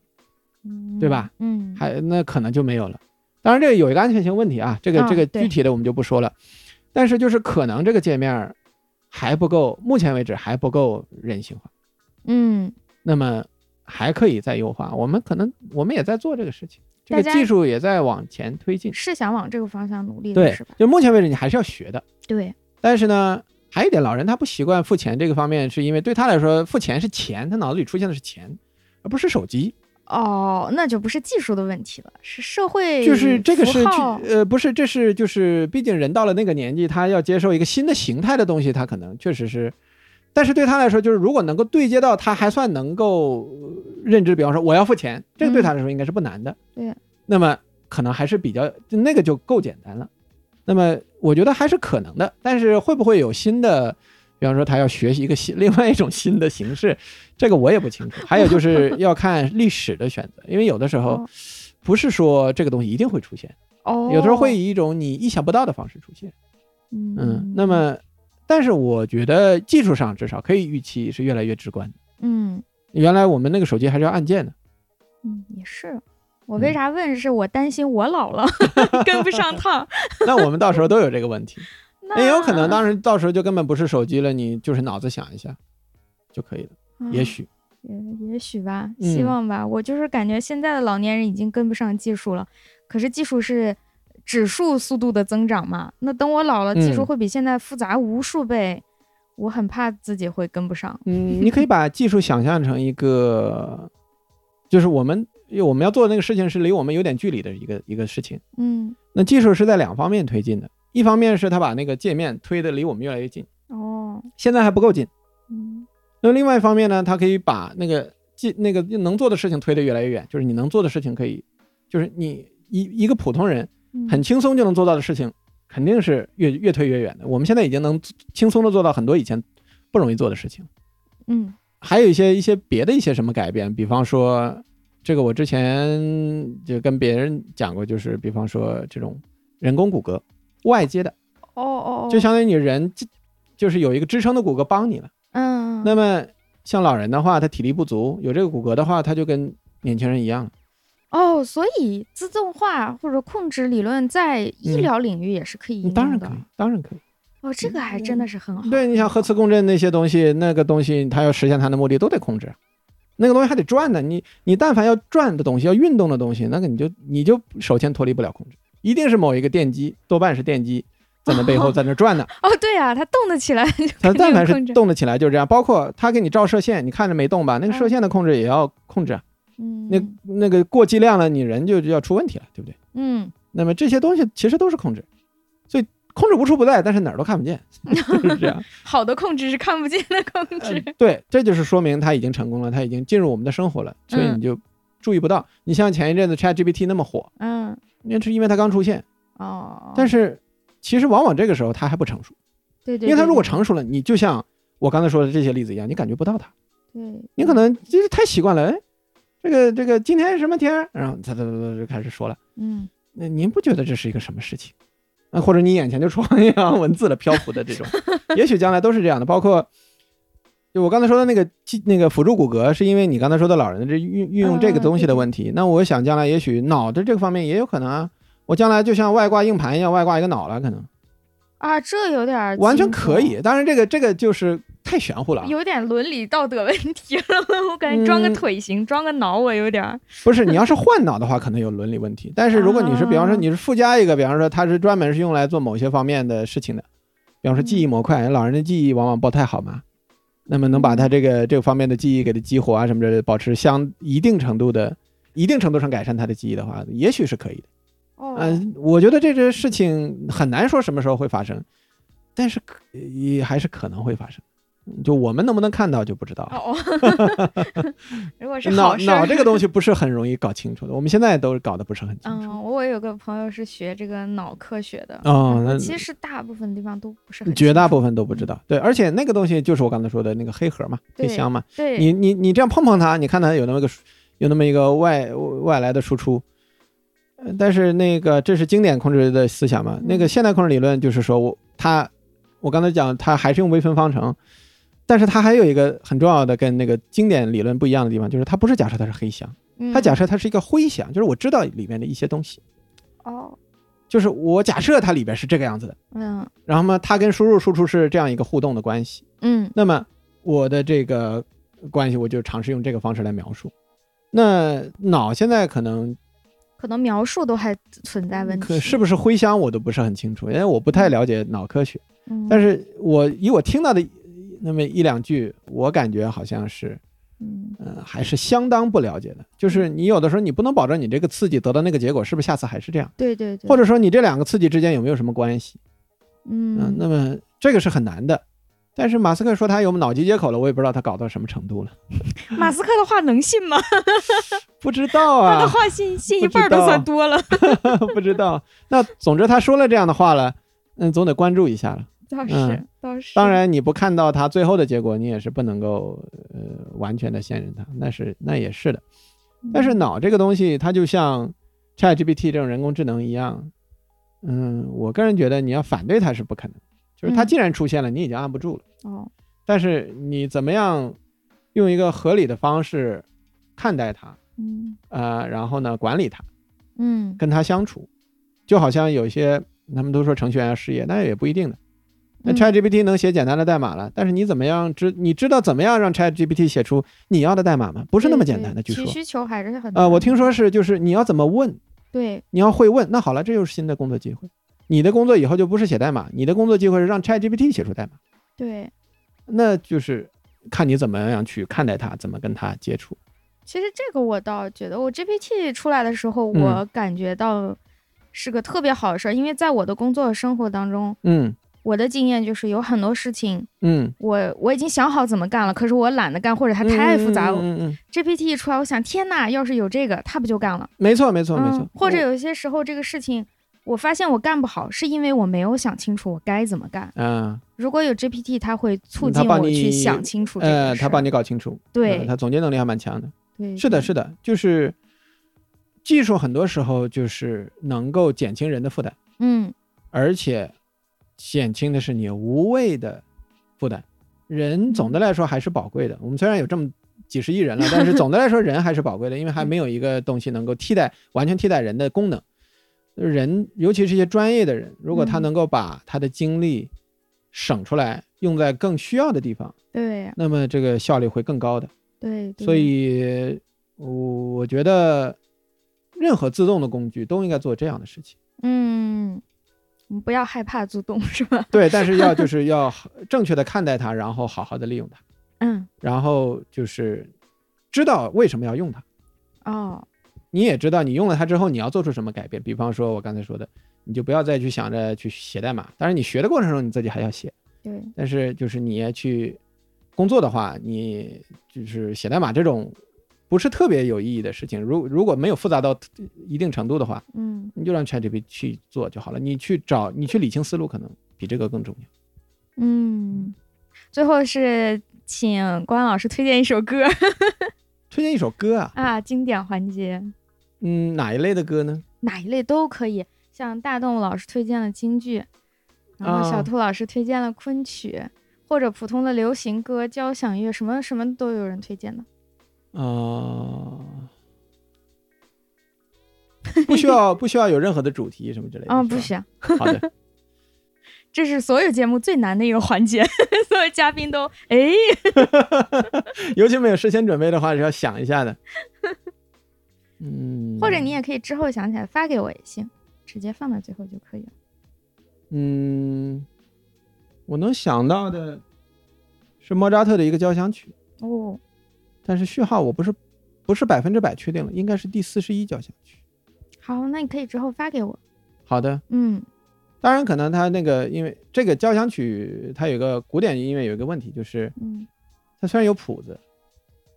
[SPEAKER 1] 嗯
[SPEAKER 2] 对吧？
[SPEAKER 1] 嗯，
[SPEAKER 2] 还那可能就没有了。当然，这个有一个安全性问题啊，这个
[SPEAKER 1] 啊
[SPEAKER 2] 这个
[SPEAKER 1] 对
[SPEAKER 2] 具体的我们就不说了。但是就是可能这个界面儿还不够，目前为止还不够人性化，
[SPEAKER 1] 嗯，
[SPEAKER 2] 那么还可以再优化。我们可能我们也在做这个事情，这个
[SPEAKER 1] 大家
[SPEAKER 2] 技术也在往前推进。
[SPEAKER 1] 是想往这个方向努力的，
[SPEAKER 2] 对
[SPEAKER 1] 是吧，？
[SPEAKER 2] 就目前为止你还是要学的，
[SPEAKER 1] 对，
[SPEAKER 2] 但是呢。还有一点，老人他不习惯付钱这个方面，是因为对他来说，付钱是钱，他脑子里出现的是钱，而不是手机。
[SPEAKER 1] 哦，那就不是技术的问题了，是社会
[SPEAKER 2] 就是这个
[SPEAKER 1] 符
[SPEAKER 2] 是去
[SPEAKER 1] 号
[SPEAKER 2] 呃不是，这是就是，毕竟人到了那个年纪，他要接受一个新的形态的东西，他可能确实是，但是对他来说，就是如果能够对接到他还算能够呃认知，比方说我要付钱，这个对他来说应该是不难的。
[SPEAKER 1] 嗯对，
[SPEAKER 2] 那么可能还是比较就那个就够简单了。那么我觉得还是可能的，但是会不会有新的？比方说，他要学习一个新 另外一种新的形式，这个我也不清楚。还有就是要看历史的选择，因为有的时候
[SPEAKER 1] 哦
[SPEAKER 2] 不是说这个东西一定会出现，
[SPEAKER 1] 哦，
[SPEAKER 2] 有的时候会以一种你意想不到的方式出现。
[SPEAKER 1] 嗯
[SPEAKER 2] 嗯，那么，但是我觉得技术上至少可以预期是越来越直观的。
[SPEAKER 1] 嗯
[SPEAKER 2] 原来我们那个手机还是要按键的，
[SPEAKER 1] 嗯也是。我
[SPEAKER 2] 嗯
[SPEAKER 1] 为啥问？是我担心我老了 跟不上趟，
[SPEAKER 2] 那我们到时候都有这个问题。
[SPEAKER 1] 那
[SPEAKER 2] 那也有可能，当然到时候就根本不是手机了，你就是脑子想一下就可以了，也
[SPEAKER 1] 啊
[SPEAKER 2] 许。
[SPEAKER 1] 也也许吧，
[SPEAKER 2] 嗯
[SPEAKER 1] 希望吧。我就是感觉现在的老年人已经跟不上技术了，可是技术是指数速度的增长嘛。那等我老了，技术
[SPEAKER 2] 嗯
[SPEAKER 1] 会比现在复杂无数倍，我很怕自己会跟不上。
[SPEAKER 2] 嗯，你可以把技术想象成一个，就是我们因为我们要做的那个事情是离我们有点距离的一个一个事情。
[SPEAKER 1] 嗯，
[SPEAKER 2] 那技术是在两方面推进的，一方面是它把那个界面推的离我们越来越近，
[SPEAKER 1] 哦，
[SPEAKER 2] 现在还不够近。
[SPEAKER 1] 嗯
[SPEAKER 2] 那么另外一方面呢，它可以把那个技那个能做的事情推得越来越远，就是你能做的事情可以，就是你一一个普通人
[SPEAKER 1] 嗯，
[SPEAKER 2] 很轻松就能做到的事情，肯定是越越推越远的。我们现在已经能轻松的做到很多以前不容易做的事情。
[SPEAKER 1] 嗯
[SPEAKER 2] 还有一些一些别的一些什么改变，比方说，这个我之前就跟别人讲过，就是比方说这种人工骨骼，外接的，
[SPEAKER 1] 哦哦，哦
[SPEAKER 2] 就相当于你人就就是有一个支撑的骨骼帮你了。
[SPEAKER 1] 嗯，
[SPEAKER 2] 那么像老人的话，他体力不足，有这个骨骼的话，他就跟年轻人一样了。
[SPEAKER 1] 哦，所以自动化或者控制理论在医
[SPEAKER 2] 嗯
[SPEAKER 1] 疗领域也是可以应
[SPEAKER 2] 当
[SPEAKER 1] 用
[SPEAKER 2] 然
[SPEAKER 1] 的。
[SPEAKER 2] 可以，当然可以。
[SPEAKER 1] 哦，这个还真的是很好。
[SPEAKER 2] 对，你想核磁共振那些东西，那个东西它要实现它的目的都得控制，那个东西还得转呢。你你但凡要转的东西，要运动的东西，那个你就你就首先脱离不了控制，一定是某一个电机，多半是电机在那背后在那转呢。
[SPEAKER 1] 哦，对啊，它动得起来就
[SPEAKER 2] 它
[SPEAKER 1] 肯定
[SPEAKER 2] 但凡
[SPEAKER 1] 控
[SPEAKER 2] 是
[SPEAKER 1] 制
[SPEAKER 2] 动得起来就是这样，包括它给你照射线，你看着没动吧？那个射
[SPEAKER 1] 嗯
[SPEAKER 2] 线的控制也要控制啊，
[SPEAKER 1] 嗯
[SPEAKER 2] 那那个过剂量了，你人就就要出问题了，对不对？
[SPEAKER 1] 嗯，
[SPEAKER 2] 那么这些东西其实都是控制，所以控制无处不在，但是哪儿都看不见， 就是这样。
[SPEAKER 1] 好的控制是看不见的控
[SPEAKER 2] 呃
[SPEAKER 1] 制。
[SPEAKER 2] 对，这就是说明它已经成功了，它已经进入我们的生活了，所以
[SPEAKER 1] 嗯
[SPEAKER 2] 你就注意不到。你像前一阵子 ChatGPT 那么火，
[SPEAKER 1] 嗯，
[SPEAKER 2] 那是因为它刚出现，
[SPEAKER 1] 哦，
[SPEAKER 2] 但
[SPEAKER 1] 是
[SPEAKER 2] 是其实往往这个时候它还不成熟，
[SPEAKER 1] 对对，
[SPEAKER 2] 因为它
[SPEAKER 1] 对
[SPEAKER 2] 如果
[SPEAKER 1] 对
[SPEAKER 2] 成熟了，你就像我刚才说的这些例子一样，你感觉不到它，
[SPEAKER 1] 对，
[SPEAKER 2] 你可能就是太习惯了，哎，这个这个今天什么天儿，然后它它它它就开始说了，
[SPEAKER 1] 嗯
[SPEAKER 2] 那您不觉得这是一个什么事情？那或者你眼前就出现一行文字了，漂浮的 这种，也许将来都是这样的。包括就我刚才说的那个肌那个辅助骨骼，是因为你刚才说的老人的这运运用这个
[SPEAKER 1] 嗯
[SPEAKER 2] 东西
[SPEAKER 1] 对
[SPEAKER 2] 的问题。那我想将来也许脑的这个方面也有可能啊，我将来就像外挂硬盘一样，外挂一个脑了，可能
[SPEAKER 1] 啊，这有点儿
[SPEAKER 2] 完全
[SPEAKER 1] 惊悚，
[SPEAKER 2] 可以。当然，这个这个就是太玄乎了啊，
[SPEAKER 1] 有点伦理道德问题了。 我感觉装个
[SPEAKER 2] 嗯
[SPEAKER 1] 腿型，装个脑，我有点儿
[SPEAKER 2] 不是，你要是换脑的话，可能有伦理问题。但是如果你是，比方说
[SPEAKER 1] 啊
[SPEAKER 2] 你是附加一个，比方说它是专门是用来做某些方面的事情的，比方说记忆模块，
[SPEAKER 1] 嗯
[SPEAKER 2] 老人的记忆往往不太好嘛，那么能把他这
[SPEAKER 1] 嗯
[SPEAKER 2] 个这个方面的记忆给它激活啊什么之类的，保持相一定程度的。一定程度上改善他的记忆的话，也许是可以的。
[SPEAKER 1] 哦，
[SPEAKER 2] 嗯、我觉得这个事情很难说什么时候会发生，但是可也还是可能会发生。就我们能不能看到就不知道了。
[SPEAKER 1] 哦， 如果是
[SPEAKER 2] 脑
[SPEAKER 1] 好事
[SPEAKER 2] 脑
[SPEAKER 1] 儿，
[SPEAKER 2] 这个东西不是很容易搞清楚的，我们现在都搞得不是很清楚。
[SPEAKER 1] 嗯，我有个朋友是学这个脑科学的，
[SPEAKER 2] 哦
[SPEAKER 1] 嗯
[SPEAKER 2] 那
[SPEAKER 1] 其实大部分地方都不是很
[SPEAKER 2] 绝
[SPEAKER 1] 清
[SPEAKER 2] 大
[SPEAKER 1] 楚
[SPEAKER 2] 部分都不知道，对，而且那个东西就是我刚才说的那个黑盒嘛，黑
[SPEAKER 1] 对
[SPEAKER 2] 箱嘛，
[SPEAKER 1] 对，
[SPEAKER 2] 你你你这样碰碰它，你看它有那么个输有那么一个外外来的输出，呃但是那个这是经典控制的思想
[SPEAKER 1] 嗯
[SPEAKER 2] 嘛，那个现代控制理论就是说我它，我刚才讲它还是用微分方程，但是它还有一个很重要的跟那个经典理论不一样的地方，就是它不是假设它是黑箱，它
[SPEAKER 1] 嗯
[SPEAKER 2] 假设它是一个灰箱，就是我知道里面的一些东西。
[SPEAKER 1] 哦，
[SPEAKER 2] 就是我假设它里边是这个样子的，
[SPEAKER 1] 嗯
[SPEAKER 2] 然后嘛，它跟输入输出是这样一个互动的关系。
[SPEAKER 1] 嗯
[SPEAKER 2] 那么我的这个关系，我就尝试用这个方式来描述。那脑现在可能
[SPEAKER 1] 可能描述都还存在问题，
[SPEAKER 2] 嗯可是不是灰箱，我都不是很清楚，因为我不太了解脑科学。
[SPEAKER 1] 嗯，
[SPEAKER 2] 但
[SPEAKER 1] 是
[SPEAKER 2] 是我以我听到的那么一两句，我感觉好像是，
[SPEAKER 1] 嗯
[SPEAKER 2] 嗯、还是相当不了解的。就是你有的时候你不能保证你这个刺激得到那个结果是不是下次还是这样，
[SPEAKER 1] 对对对，
[SPEAKER 2] 或者说你这两个刺激之间有没有什么关系？嗯，
[SPEAKER 1] 嗯
[SPEAKER 2] 那么这个是很难的。但是马斯克说他有脑机接口了，我也不知道他搞到什么程度了，
[SPEAKER 1] 马斯克的话能 信吗？
[SPEAKER 2] 不知道
[SPEAKER 1] 他的
[SPEAKER 2] 啊，
[SPEAKER 1] 话信信一
[SPEAKER 2] 不知
[SPEAKER 1] 半儿都
[SPEAKER 2] 道
[SPEAKER 1] 算多了，
[SPEAKER 2] 不知道。那总之他说了这样的话了，嗯，总得关注一下了。
[SPEAKER 1] 倒
[SPEAKER 2] 嗯
[SPEAKER 1] 是倒是，
[SPEAKER 2] 当然，你不看到他最后的结果，你也是不能够呃完全的信任他，那是那也是的。
[SPEAKER 1] 嗯，
[SPEAKER 2] 但是脑这个东西，它就像 ChatGPT 这种人工智能一样，嗯，我个人觉得你要反对它是不可能，就是它
[SPEAKER 1] 嗯
[SPEAKER 2] 既然出现了，你已经按不住了。
[SPEAKER 1] 哦，
[SPEAKER 2] 但是你怎么样用一个合理的方式看待它，
[SPEAKER 1] 嗯
[SPEAKER 2] 呃，然后呢管理它，
[SPEAKER 1] 嗯
[SPEAKER 2] 跟它相处，就好像有些他们都说程序员要失业，但也不一定的。那
[SPEAKER 1] 嗯
[SPEAKER 2] ChatGPT 能写简单的代码了，但是你怎么样知你知道怎么样让 ChatGPT 写出你要的代码吗？不
[SPEAKER 1] 不
[SPEAKER 2] 是那么简单的，据
[SPEAKER 1] 其
[SPEAKER 2] 说。
[SPEAKER 1] 需求还是很
[SPEAKER 2] 呃，我
[SPEAKER 1] 大
[SPEAKER 2] 听
[SPEAKER 1] 的
[SPEAKER 2] 说是就是你要怎么问，
[SPEAKER 1] 对
[SPEAKER 2] 你要会问。那好了，这就是新的工作机会。你的工作以后就不是写代码，你的工作机会是让 ChatGPT 写出代码。
[SPEAKER 1] 对。
[SPEAKER 2] 那就是看你怎么样去看待它，怎么跟它接触。
[SPEAKER 1] 其实这个我倒觉得，我 GPT 出来的时候，
[SPEAKER 2] 嗯
[SPEAKER 1] 我感觉到是个特别好的事儿，因为在我的工作生活当中，
[SPEAKER 2] 嗯
[SPEAKER 1] 我的经验就是有很多事情
[SPEAKER 2] 嗯，
[SPEAKER 1] 我我已经想好怎么干了，可是我懒得干，或者它太复杂。
[SPEAKER 2] 嗯嗯嗯嗯，
[SPEAKER 1] GPT 一出来，我想天呐，要是有这个，它不就干了？
[SPEAKER 2] 没错没错没错
[SPEAKER 1] 嗯。，或者
[SPEAKER 2] 我
[SPEAKER 1] 有些时候这个事情。我发现我干不好，是因为我没有想清楚我该怎么干。
[SPEAKER 2] 啊
[SPEAKER 1] 如果有 GPT，它会促
[SPEAKER 2] 嗯它
[SPEAKER 1] 进
[SPEAKER 2] 帮
[SPEAKER 1] 我
[SPEAKER 2] 你
[SPEAKER 1] 去想清楚这个
[SPEAKER 2] 呃，
[SPEAKER 1] 事
[SPEAKER 2] 他
[SPEAKER 1] 儿
[SPEAKER 2] 帮你搞清楚，
[SPEAKER 1] 对嗯
[SPEAKER 2] 嗯他总结能力还蛮强的。
[SPEAKER 1] 对
[SPEAKER 2] 是的，是
[SPEAKER 1] 的，
[SPEAKER 2] 的，就是技术很多时候就是能够减轻人的负担，
[SPEAKER 1] 嗯
[SPEAKER 2] 而且减轻的是你无谓的负担。人总的来说还是宝贵的，我们虽然有这么。几十亿人了， 但是总的来说，人还是宝贵的，因为还没有一个东西能够替代完全替代人的功能。人，尤其是一些专业的人，如果他
[SPEAKER 1] 嗯
[SPEAKER 2] 能够把他的精力省出来，用在更需要的地方，
[SPEAKER 1] 对
[SPEAKER 2] 那么这个效率会更高的。
[SPEAKER 1] 对对。
[SPEAKER 2] 所以，我我觉得，任何自动的工具都应该做这样的事情。
[SPEAKER 1] 嗯，我们不要害怕做动物是吧？
[SPEAKER 2] 对，但是要就是要正确的看待它，然后好好的利用它，
[SPEAKER 1] 嗯，
[SPEAKER 2] 然后就是知道为什么要用它。
[SPEAKER 1] 哦，
[SPEAKER 2] 你也知道，你用了它之后你要做出什么改变。比方说，我刚才说的，你就不要再去想着去写代码。当然，你学的过程中你自己还要写，
[SPEAKER 1] 对，
[SPEAKER 2] 但是就是你要去工作的话，你就是写代码这种不是特别有意义的事情。如如果没有复杂到一定程度的话，
[SPEAKER 1] 嗯
[SPEAKER 2] 你就让 ChatGPT 去做就好了。你去找，你去理清思路，可能比这个更重要。
[SPEAKER 1] 嗯，最后是请关老师推荐一首歌
[SPEAKER 2] 推荐一首歌啊，
[SPEAKER 1] 啊，经典环节，
[SPEAKER 2] 嗯，哪一类的歌呢？
[SPEAKER 1] 哪一类都可以。像大动物老师推荐了京剧，然后小
[SPEAKER 2] 啊
[SPEAKER 1] 兔老师推荐了昆曲，或者普通的流行歌、交响乐，什么什么都有人推荐的。
[SPEAKER 2] 呃，不需要不需要有任何的主题什么之类的。
[SPEAKER 1] 啊、
[SPEAKER 2] 是
[SPEAKER 1] 不
[SPEAKER 2] 吧。
[SPEAKER 1] 行，
[SPEAKER 2] 好的，
[SPEAKER 1] 这是所有节目最难的一个环节， 所有嘉宾都哎，
[SPEAKER 2] 尤其没有事先准备的话，是要想一下的。嗯，
[SPEAKER 1] 或者你也可以之后想起来发给我也行，直接放到最后就可以了。
[SPEAKER 2] 嗯，我能想到的是莫扎特的一个交响曲，
[SPEAKER 1] 哦，
[SPEAKER 2] 但是序号我不是不是百分之百确定了，应该是第四十一交响曲。
[SPEAKER 1] 好，那你可以之后发给我。
[SPEAKER 2] 好的，
[SPEAKER 1] 嗯
[SPEAKER 2] 当然可能它那个因为这个交响曲它有个古典音乐有一个问题就是
[SPEAKER 1] 嗯，
[SPEAKER 2] 它虽然有谱子，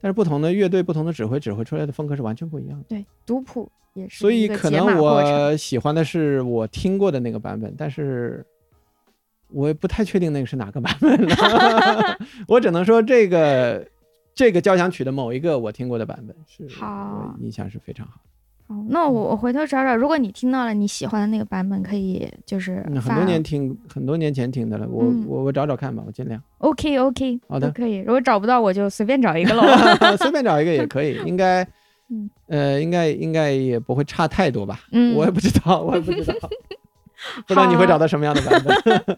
[SPEAKER 2] 但是不同的乐队、不同的指挥指挥出来的风格是完全不一样的。
[SPEAKER 1] 对，读谱也是
[SPEAKER 2] 所
[SPEAKER 1] 一
[SPEAKER 2] 以
[SPEAKER 1] 个
[SPEAKER 2] 可
[SPEAKER 1] 解码
[SPEAKER 2] 能
[SPEAKER 1] 过程
[SPEAKER 2] 我喜欢的是我听过的那个版本，但是我也不太确定那个是哪个版本 了。我只能说这个这个交响曲的某一个我听过的版本是，
[SPEAKER 1] 好
[SPEAKER 2] 印象是非常好。
[SPEAKER 1] 好，那
[SPEAKER 2] 嗯
[SPEAKER 1] 我我回头找找，如果你听到了你喜欢的那个版本，可以就是
[SPEAKER 2] 嗯，很
[SPEAKER 1] 发
[SPEAKER 2] 多年听，很多年前听的了，我、
[SPEAKER 1] 啊嗯
[SPEAKER 2] 我我找找看吧，我尽量
[SPEAKER 1] OK OK，
[SPEAKER 2] 好的
[SPEAKER 1] 都可以。如果找不到，我就随便找一个喽。
[SPEAKER 2] 随便找一个也可以，应该
[SPEAKER 1] 嗯。
[SPEAKER 2] 呃，应该应该也不会差太多吧？
[SPEAKER 1] 嗯
[SPEAKER 2] 我也不知道， 我也不 知道，不知道你会找到什么样的版
[SPEAKER 1] 啊
[SPEAKER 2] 本。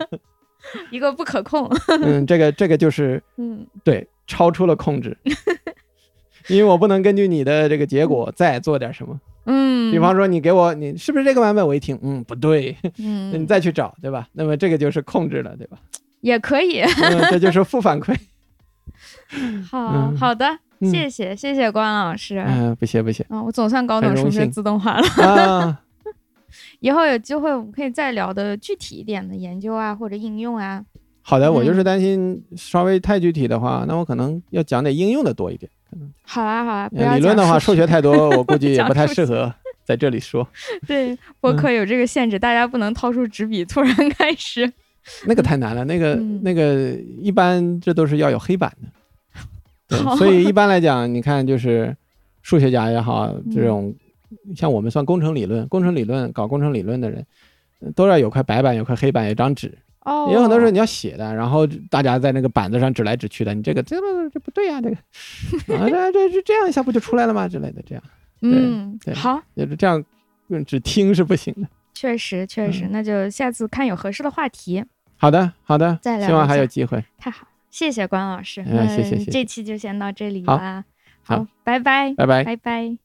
[SPEAKER 1] 一个不可控。
[SPEAKER 2] 嗯，这个这个就是
[SPEAKER 1] 嗯，
[SPEAKER 2] 对，超出了 控制，因为我不能根据你的这个结果再做点什么。
[SPEAKER 1] 嗯，
[SPEAKER 2] 比方说，你给我你是不是这个版本？我一听，嗯，不对，那你
[SPEAKER 1] 嗯，
[SPEAKER 2] 再去找，对吧？那么这个就是控制了，对 吧？
[SPEAKER 1] 也可以。
[SPEAKER 2] 嗯，这就是负 反馈。
[SPEAKER 1] 好
[SPEAKER 2] 嗯
[SPEAKER 1] 好的，
[SPEAKER 2] 嗯
[SPEAKER 1] 谢谢谢谢关老师。
[SPEAKER 2] 嗯、不谢不谢
[SPEAKER 1] 啊，我总算搞懂
[SPEAKER 2] 很
[SPEAKER 1] 什么
[SPEAKER 2] 荣
[SPEAKER 1] 是
[SPEAKER 2] 幸
[SPEAKER 1] 自动化了。
[SPEAKER 2] 啊，
[SPEAKER 1] 以后有机会我们可以再聊的具体一点的研究啊，或者应用啊。
[SPEAKER 2] 好的，我就
[SPEAKER 1] 嗯
[SPEAKER 2] 是担心稍微太具体的话，那我可能要讲点应用的多一点。
[SPEAKER 1] 好啊好啊，不要
[SPEAKER 2] 呃理论的
[SPEAKER 1] 讲
[SPEAKER 2] 话，
[SPEAKER 1] 数
[SPEAKER 2] 数学太多，我估计也
[SPEAKER 1] 讲
[SPEAKER 2] 不太
[SPEAKER 1] 数
[SPEAKER 2] 适
[SPEAKER 1] 学
[SPEAKER 2] 合在这里说，
[SPEAKER 1] 对博
[SPEAKER 2] 嗯
[SPEAKER 1] 客有这个限制，大家不能掏出纸笔突然开始。
[SPEAKER 2] 嗯那个太难了。那个
[SPEAKER 1] 嗯
[SPEAKER 2] 那个一般这都是要有黑板 的。
[SPEAKER 1] 好
[SPEAKER 2] 对，所以一般来讲，你看就是数学家也好，
[SPEAKER 1] 嗯
[SPEAKER 2] 这种像我们算工程理论，工程理论搞工程理论的人，呃都要有块白板，有块黑板，有张纸。
[SPEAKER 1] 哦，
[SPEAKER 2] 也有很多时候你要写的，然后大家在那个板子上指来指去的，你这个这不这不对呀、这个啊这这这这样一下不就出来了吗？之类的，这样
[SPEAKER 1] 嗯
[SPEAKER 2] 对，对
[SPEAKER 1] 好，
[SPEAKER 2] 就是这样，嗯只听是不行的。
[SPEAKER 1] 确实确实，
[SPEAKER 2] 嗯
[SPEAKER 1] 那就下次看有合适的话题
[SPEAKER 2] 好的，好的，
[SPEAKER 1] 再聊
[SPEAKER 2] 希望
[SPEAKER 1] 一
[SPEAKER 2] 还
[SPEAKER 1] 下
[SPEAKER 2] 有机会。
[SPEAKER 1] 太好，谢谢关老师，
[SPEAKER 2] 哎
[SPEAKER 1] 那
[SPEAKER 2] 谢谢谢谢
[SPEAKER 1] 这期就先到这里
[SPEAKER 2] 好
[SPEAKER 1] 啦，
[SPEAKER 2] 好
[SPEAKER 1] 好，拜拜，
[SPEAKER 2] 拜拜。
[SPEAKER 1] 拜拜。